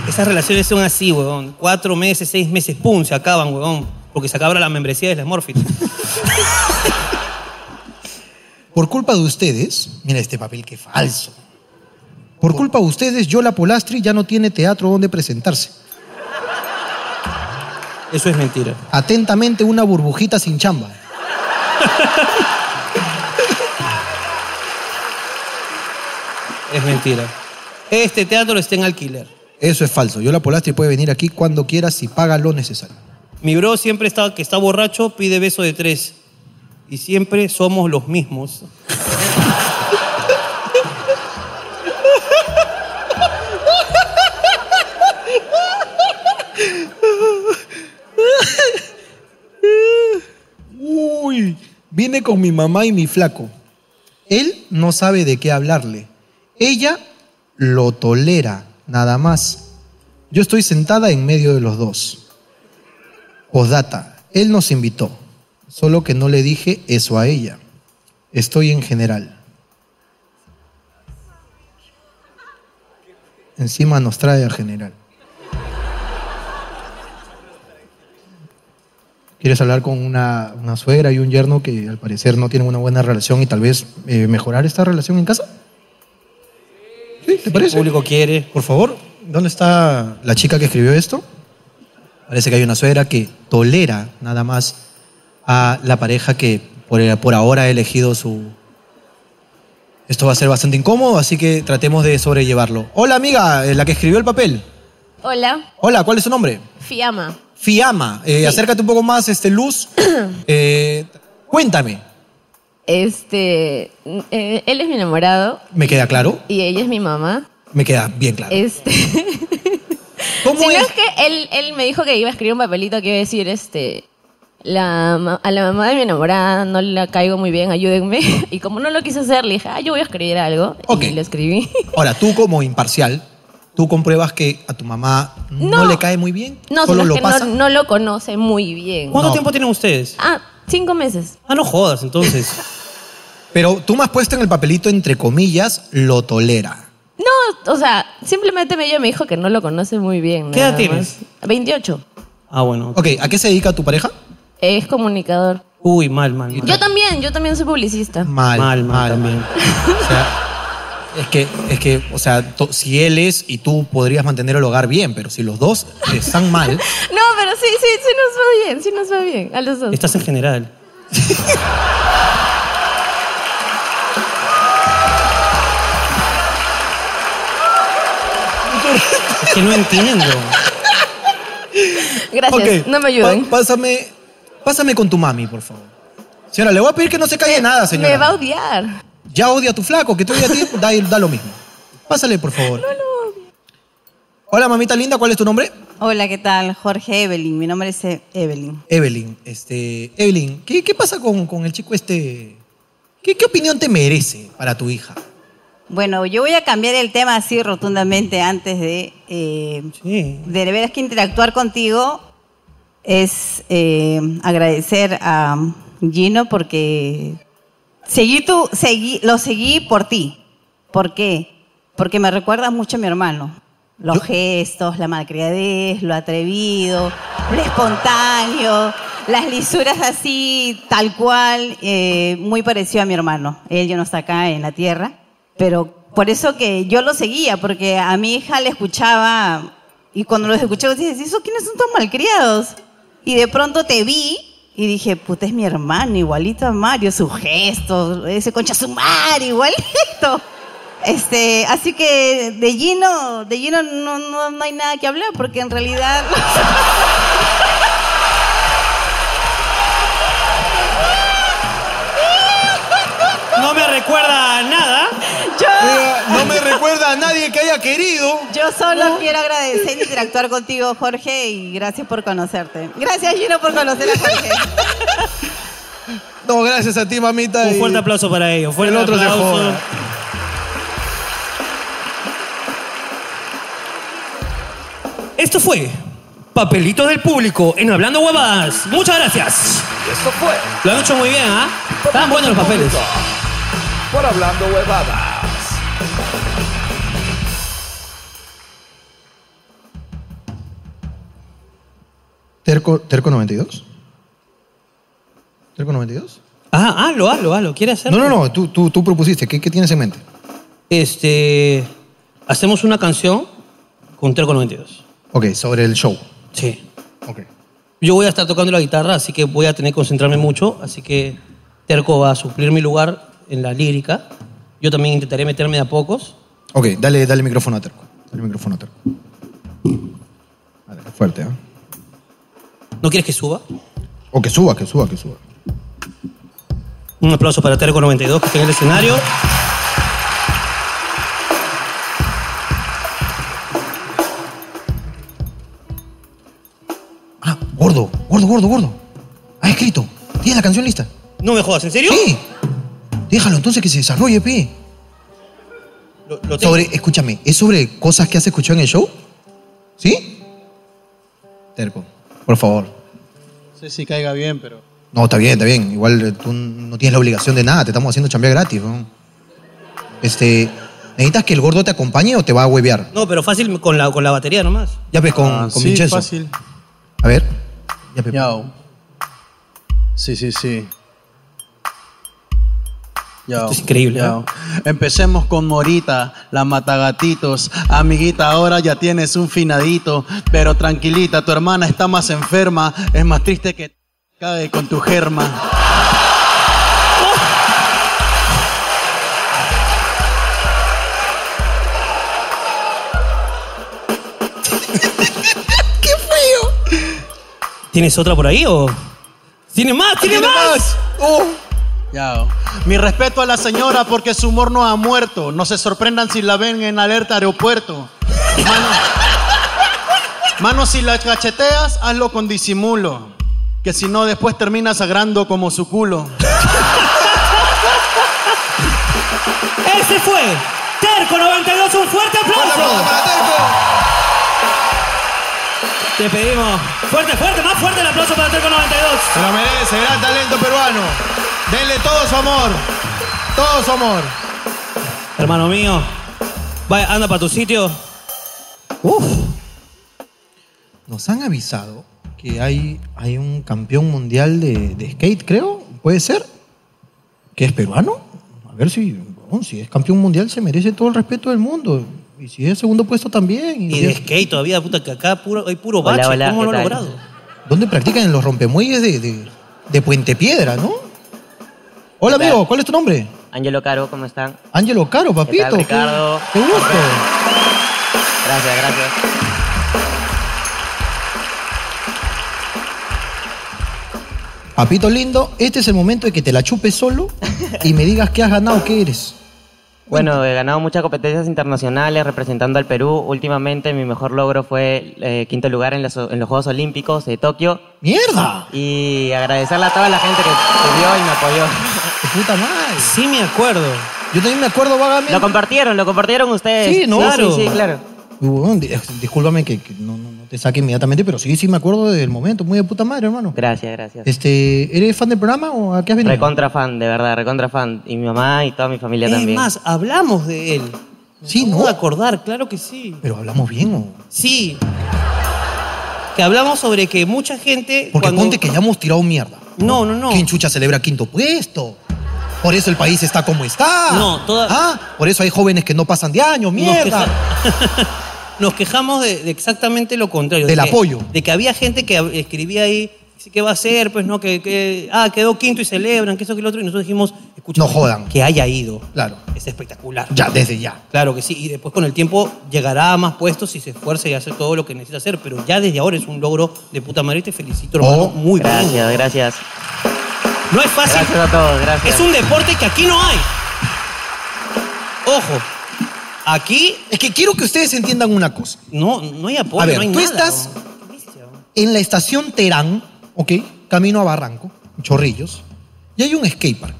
Esas relaciones son así, huevón. Cuatro meses, seis meses, pum, se acaban, huevón. Porque se acaba la membresía de la Smurfit. Este Por culpa de ustedes, mira este papel que falso. Por culpa de ustedes, Yola Polastri ya no tiene teatro donde presentarse. Eso es mentira. Atentamente una burbujita sin chamba. Es mentira. Este teatro está en alquiler. Eso es falso. Yola Polastri puede venir aquí cuando quiera si paga lo necesario. Mi bro siempre está, que está borracho pide beso de tres. Y siempre somos los mismos. Uy, vine con mi mamá y mi flaco. Él no sabe de qué hablarle. Ella lo tolera, nada más. Yo estoy sentada en medio de los dos. Posdata, él nos invitó, solo que no le dije eso a ella. Estoy en general. Encima nos trae al general. quieres hablar con una, una suegra y un yerno que al parecer no tienen una buena relación y tal vez eh, mejorar esta relación en casa. ¿Sí? ¿Te parece? El público quiere. Por favor, ¿dónde está la chica que escribió esto? Parece que hay una suegra que tolera nada más a la pareja que por, por ahora ha elegido su... Esto va a ser bastante incómodo, así que tratemos de sobrellevarlo. Hola amiga, eh, la que escribió el papel. Hola, Hola, ¿cuál es su nombre? Fiamma. Fiamma, eh, acércate un poco más, este Luz. Eh, cuéntame, Este, eh, él es mi enamorado ¿me queda claro? y ella es mi mamá. Me queda bien claro. Este. si no es que él, él me dijo que iba a escribir un papelito que iba a decir, este, la, ma- a la mamá de mi enamorada no la caigo muy bien, ayúdenme. Y como no lo quise hacer, le dije, ah, yo voy a escribir algo. Y lo escribí. Ahora, tú como imparcial, tú compruebas que a tu mamá no, No. le cae muy bien, No, sino solo lo que no, pasa. no lo conoce muy bien. ¿Cuánto tiempo tienen ustedes? Ah, cinco meses. Ah, no jodas, entonces. Pero tú me has puesto en el papelito, entre comillas, lo tolera. No, o sea, simplemente ella me dijo que no lo conoce muy bien. ¿Qué edad nada tienes? más. 28. Ah, bueno. Ok, ¿a qué se dedica tu pareja? Es comunicador. Uy, mal, mal. Yo también, yo también soy publicista. Mal, mal, mal. O sea, es que, es que, o sea, to- si él es y tú podrías mantener el hogar bien, pero si los dos están mal, No, pero sí, sí, sí nos va bien, sí nos va bien, a los dos. Estás en general. es que no entiendo. Gracias, Ok, no me ayuden. pa- pásame, pásame con tu mami, por favor. Señora, le voy a pedir que no se calle nada, señora. Me va a odiar. Ya odia a tu flaco, que tú odia a ti, da, da lo mismo. Pásale, por favor. Hola, mamita linda, ¿cuál es tu nombre? Hola, ¿qué tal? Jorge Evelyn, mi nombre es E- Evelyn. Evelyn. Este, Evelyn, ¿qué, qué pasa con, con el chico este? ¿Qué, qué opinión te merece para tu hija? Bueno, yo voy a cambiar el tema así rotundamente antes de... eh, De veras que interactuar contigo es eh, agradecer a Gino porque seguí tu, seguí, lo seguí por ti. ¿Por qué? Porque me recuerdas mucho a mi hermano. Los gestos, la malcriadez, lo atrevido, lo espontáneo, las lisuras así, tal cual, eh, muy parecido a mi hermano. Él ya no está acá en la tierra, pero por eso que yo lo seguía, porque a mi hija le escuchaba, y cuando los escuchaba, dices, ¿esos quiénes son tan malcriados? Y de pronto te vi y dije, puta, es mi hermano, igualito a Mario, sus gestos, ese concha su mar, igualito. Este, así que de Gino, de Gino no, no, no hay nada que hablar porque en realidad... No me recuerda a nada. Yo- Eh, No me recuerda a nadie que haya querido. Yo solo quiero agradecer y interactuar contigo, Jorge, y gracias por conocerte. Gracias, Gino, por conocer a Jorge. No, gracias a ti, mamita. Un y- fuerte aplauso para ellos. Fuerte El otro se aplauso. joda. Esto fue Papelitos del Público en Hablando Huevadas. Muchas gracias. Esto fue Lo han hecho muy bien, ¿ah? Estaban buenos los papeles. por Hablando Huevadas. Terco, Terco 92. ¿Terco 92? Ah, hazlo, hazlo, hazlo. ¿Quieres hacerlo? No, no, no, tú, tú, tú propusiste. ¿Qué, qué tienes en mente? Este. Hacemos una canción con Terco 92. Ok, sobre el show. Sí. Ok. Yo voy a estar tocando la guitarra, así que voy a tener que concentrarme mucho. Así que Terco va a suplir mi lugar en la lírica. Yo también intentaré meterme de a pocos. Ok, dale, dale micrófono a Terco. Dale micrófono a Terco. Dale, fuerte, ¿ah? ¿No quieres que suba? O que suba, que suba, que suba. Un aplauso para Terco 92 que está en el escenario. Ah, Gordo, gordo, gordo, gordo. Ha escrito. ¿Tienes la canción lista? No me jodas, ¿en serio? Sí. Déjalo entonces que se desarrolle, pe. Lo- lo tengo. Sobre, escúchame, ¿es sobre cosas que has escuchado en el show? ¿Sí? Terco, por favor. No sé si caiga bien, pero. No, está bien, está bien. Igual eh, tú no tienes la obligación de nada, te estamos haciendo chambear gratis. weón. Este, ¿necesitas que el gordo te acompañe o te va a huevear? No, pero fácil con la, con la batería nomás. Ya ves, con, con Vincenzo. A ver. Ya, Sí, sí, sí. es increíble, ¿eh? Empecemos con Morita, la matagatitos. Amiguita, ahora ya tienes un finadito. Pero tranquilita, tu hermana está más enferma. Es más triste que te cae con tu germa. ¡Qué feo! ¿Tienes otra por ahí o...? ¡Tiene más, tiene ¡Tiene más! Yao. oh. Mi respeto a la señora porque su humor no ha muerto. No se sorprendan si la ven en alerta aeropuerto. Mano, mano, si la cacheteas, hazlo con disimulo. Que si no, después terminas sagrando como su culo. Ese fue Terco 92. Un fuerte aplauso. Te pedimos fuerte, fuerte, más fuerte el aplauso para Terco 92. Se lo merece, gran talento peruano. Denle todo su amor. Todo su amor. Hermano mío, vaya, anda para tu sitio. Uf. Nos han avisado que hay, hay un campeón mundial de, de skate, creo, puede ser, que es peruano. A ver si, bueno, si es campeón mundial se merece todo el respeto del mundo. Y si es segundo puesto también. Y si de es- skate todavía, puta, que acá puro, hay puro Hola, bache. hola, ¿Cómo ¿qué lo han tal? logrado? ¿Dónde practican en los rompemuelles de, de, de Puente Piedra, no? Hola ¿Qué tal? amigo, ¿cuál es tu nombre? Ángelo Caro, ¿cómo están? Ángelo Caro, ¿Qué papito. tal, Ricardo? Qué, qué gusto. Gracias, gracias. Papito lindo, este es el momento de que te la chupes solo y me digas qué has ganado, qué eres. Bueno, he ganado muchas competencias internacionales representando al Perú. Últimamente mi mejor logro fue eh, quinto lugar en, las- en los Juegos Olímpicos de Tokio. ¡Mierda! Y agradecerle a toda la gente que que vio y me apoyó. Puta madre. Sí, me acuerdo. Yo también me acuerdo vagamente. Lo compartieron, lo compartieron ustedes. Sí, ¿no? Sí, sí, sí, Eh, claro. Huevón, di- eh, discúlpame que, que no, no- no te saque inmediatamente, pero sí, sí me acuerdo del momento. Muy de puta madre, hermano. Gracias, gracias. Este, ¿Eres fan del programa o a qué has venido? Recontra fan, de verdad, recontra fan. Y mi mamá y toda mi familia Es también. más, hablamos de él. Sí, ¿no? acordar, claro que sí. Pero hablamos bien, ¿o? Sí. Que hablamos sobre que mucha gente. Porque cuando- ponte que ya hemos tirado mierda. No, no, no. ¿Quién chucha celebra quinto puesto? Por eso el país está como está. No, toda- Ah, por eso hay jóvenes que no pasan de años, mierda. Nos quejamos de, de exactamente lo contrario. Del de que- apoyo. De que había gente que hab- escribía ahí. sí, ¿Qué va a hacer? Pues no, que, que- Ah, quedó quinto y celebran, que eso, que lo otro. Y nosotros dijimos, escucha. No jodan. Que haya ido. Claro. Es espectacular. Ya, desde ya. Claro que sí. Y después con el tiempo llegará a más puestos y se esfuerza y hace todo lo que necesita hacer. Pero ya desde ahora es un logro de puta madre. y Te felicito, hermano. Oh. Muy bien. gracias, gracias. No es fácil. Gracias a todos, gracias. Es un deporte que aquí no hay. Ojo, aquí. Es que quiero que ustedes entiendan una cosa. No, no hay apoyo, A ver, no hay tú nada. estás en la estación Terán, ¿ok? Camino a Barranco, Chorrillos, y hay un skate park.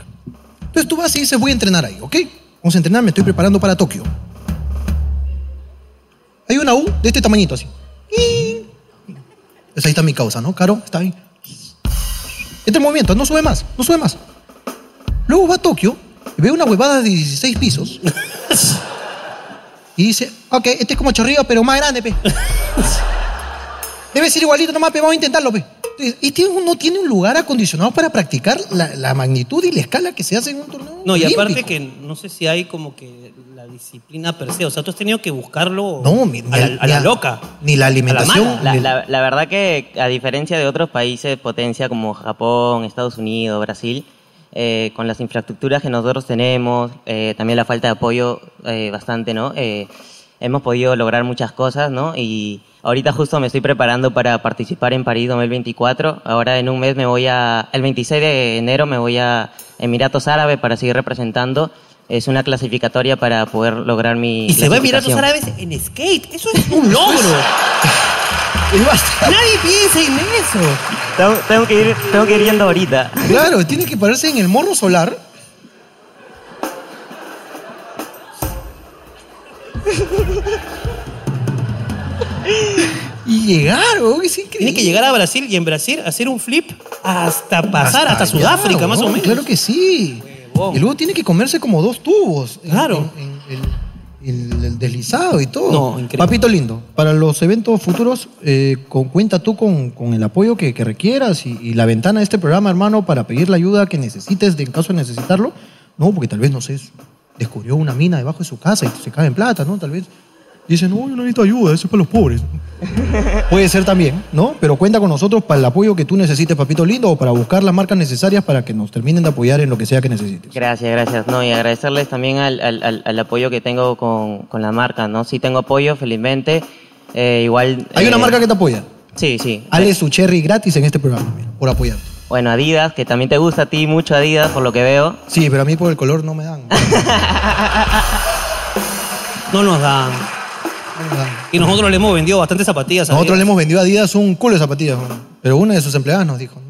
Entonces tú vas y dices, voy a entrenar ahí, ¿ok? Vamos a entrenar, me estoy preparando para Tokio. Hay una U de este tamañito así. Y- Pues ahí está mi causa, ¿no? Caro, está ahí. Este movimiento, no sube más, no sube más. Luego va a Tokio y ve una huevada de 16 pisos. y dice, ok, este es como Chorrillos, pero más grande, pe. Debe ser igualito nomás, pe, vamos a intentarlo, pe. Entonces, Este no tiene un lugar acondicionado para practicar la, la magnitud y la escala que se hace en un torneo. No, y aparte olímpico. que no sé si hay como que la disciplina per se. O sea, tú has tenido que buscarlo No, mi- a, ni la, a la ni loca. Ni la alimentación. mala. La, ni- la- la verdad que a diferencia de otros países potencia como Japón, Estados Unidos, Brasil, eh, con las infraestructuras que nosotros tenemos, eh, también la falta de apoyo eh, bastante, ¿no? Eh, hemos podido lograr muchas cosas, ¿no? Y ahorita justo me estoy preparando para participar en París 2024. Ahora en un mes me voy a, el 26 de enero me voy a Emiratos Árabes para seguir representando. Es una clasificatoria para poder lograr mi. Y se va a Emiratos clasificación. Árabes en skate. Eso es un logro. Nadie piensa en eso. Tengo, tengo que ir, tengo que ir yendo ahorita. Claro, tiene que pararse en el morro solar. y llegar, weón, es increíble. Tiene que llegar a Brasil y en Brasil hacer un flip hasta pasar, hasta, allá, oh, Sudáfrica, más o weón, menos. Claro que sí. Y luego tiene que comerse como dos tubos. en- Claro. en- en el- el, el deslizado y todo. No, increíble. Papito lindo, para los eventos futuros, eh, con, cuenta tú con, con el apoyo que, que requieras y, y la ventana de este programa, hermano, para pedir la ayuda que necesites de, en caso de necesitarlo. No, porque tal vez, no sé, descubrió una mina debajo de su casa y se cae en plata, ¿no? Tal vez. Dice, no, yo no necesito ayuda, eso es para los pobres. Puede ser también, ¿no? Pero cuenta con nosotros para el apoyo que tú necesites, papito lindo, o para buscar las marcas necesarias para que nos terminen de apoyar en lo que sea que necesites. Gracias, gracias. No, y agradecerles también al, al- al- al apoyo que tengo con, con la marca, ¿no? Sí tengo apoyo, felizmente. Eh, igual... Hay una eh, marca que te apoya. Sí, sí. Ale su cherry gratis en este programa, mira, por apoyar. Bueno, Adidas, que también te gusta a ti mucho Adidas, por lo que veo. Sí, pero a mí por el color no me dan. No nos dan. Y nosotros le hemos vendido bastantes zapatillas. a Nosotros le Adidas. hemos vendido a Adidas un culo de zapatillas, ¿no? pero una de sus empleadas nos dijo,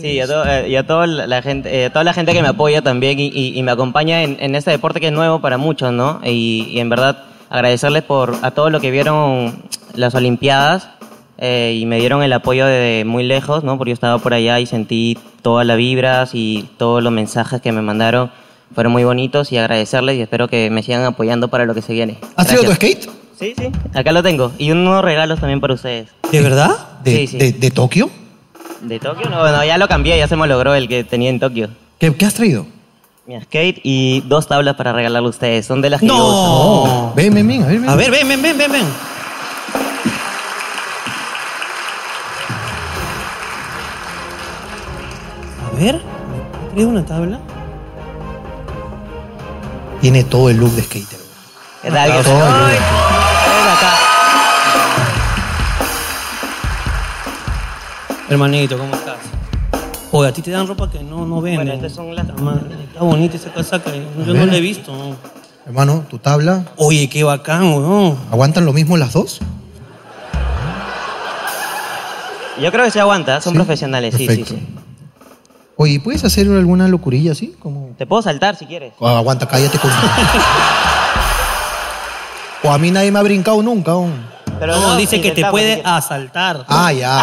Sí, y a, to- eh, y a toda la gente, eh, a toda la gente que me apoya también y, y- y me acompaña en, en este deporte que es nuevo para muchos, ¿no? Y, y en verdad agradecerles por a todos los que vieron las Olimpiadas eh, y me dieron el apoyo de muy lejos, ¿no? Porque yo estaba por allá y sentí todas las vibras y todos los mensajes que me mandaron fueron muy bonitos y agradecerles y espero que me sigan apoyando para lo que se viene. ¿has sido tu skate? Sí, sí. Acá lo tengo y unos regalos también para ustedes. ¿De verdad? ¿De, Sí, sí. de- de Tokio? ¿De Tokio? No, no, ya lo cambié, ya se me logró el que tenía en Tokio. ¿Qué, qué has traído? Mi skate y dos tablas para regalarle a ustedes. Son de las que ¡No! yo uso. Ven, ven, ven, a ver, ven. A ver, ven, ven, ven, ven, ven. A ver, ¿me traes una tabla? Tiene todo el look de skater. ¿Qué tal? Todo el look. Hermanito, ¿cómo estás? Oye, a ti te dan ropa que no, no venden. estas son las- Está mal. Está bonita esa casaca. Yo no ver. la he visto. Hermano, tu tabla. Oye, qué bacán, weón. ¿Aguantan lo mismo las dos? Yo creo que se aguanta, son profesionales, sí, sí, Perfecto. sí. Oye, ¿y ¿puedes hacer alguna locurilla así? Como... Te puedo saltar si quieres. Ah, aguanta, cállate con... o a mí nadie me ha brincado nunca. aún. Pero no, dice sí, que te intentamos, puede si quieres. asaltar. Ah, ya.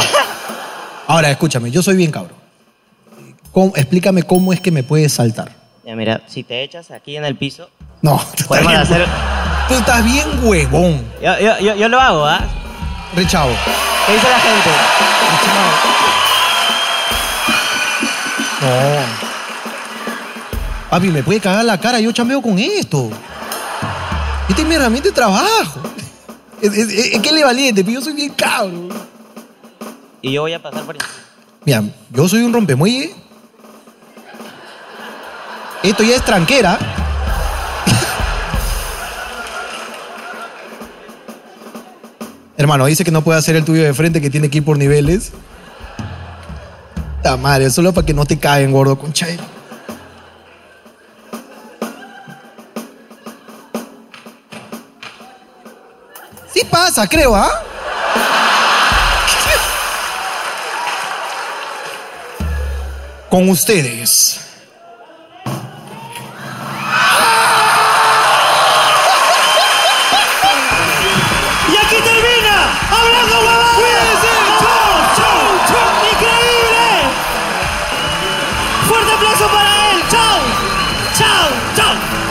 Ahora, escúchame, yo soy bien cabrón. ¿Cómo- explícame cómo es que me puedes saltar. Ya, mira, si te echas aquí en el piso, No, tú estás podemos bien- hacer. tú estás bien huevón. Yo, yo- yo- yo lo hago, ¿ah? Richavo. ¿Qué dice la gente? No. Papi, me puede cagar la cara, yo chambeo con esto. Esta es mi herramienta de trabajo. Es, es- es- es que le valiente, pero yo soy bien cabrón. Y yo voy a pasar por encima. Mira, yo soy un rompemuelle. Esto ya es tranquera. Hermano, dice que no puede hacer el tuyo de frente, que tiene que ir por niveles. La madre, solo para que no te caen, gordo, concha. de- Sí pasa, creo, ¿ah? Con ustedes. Y aquí termina Hablando Huevadas. Cuídense. Chau, chau, chau. Increíble. Fuerte aplauso para él. Chau, chau, chau.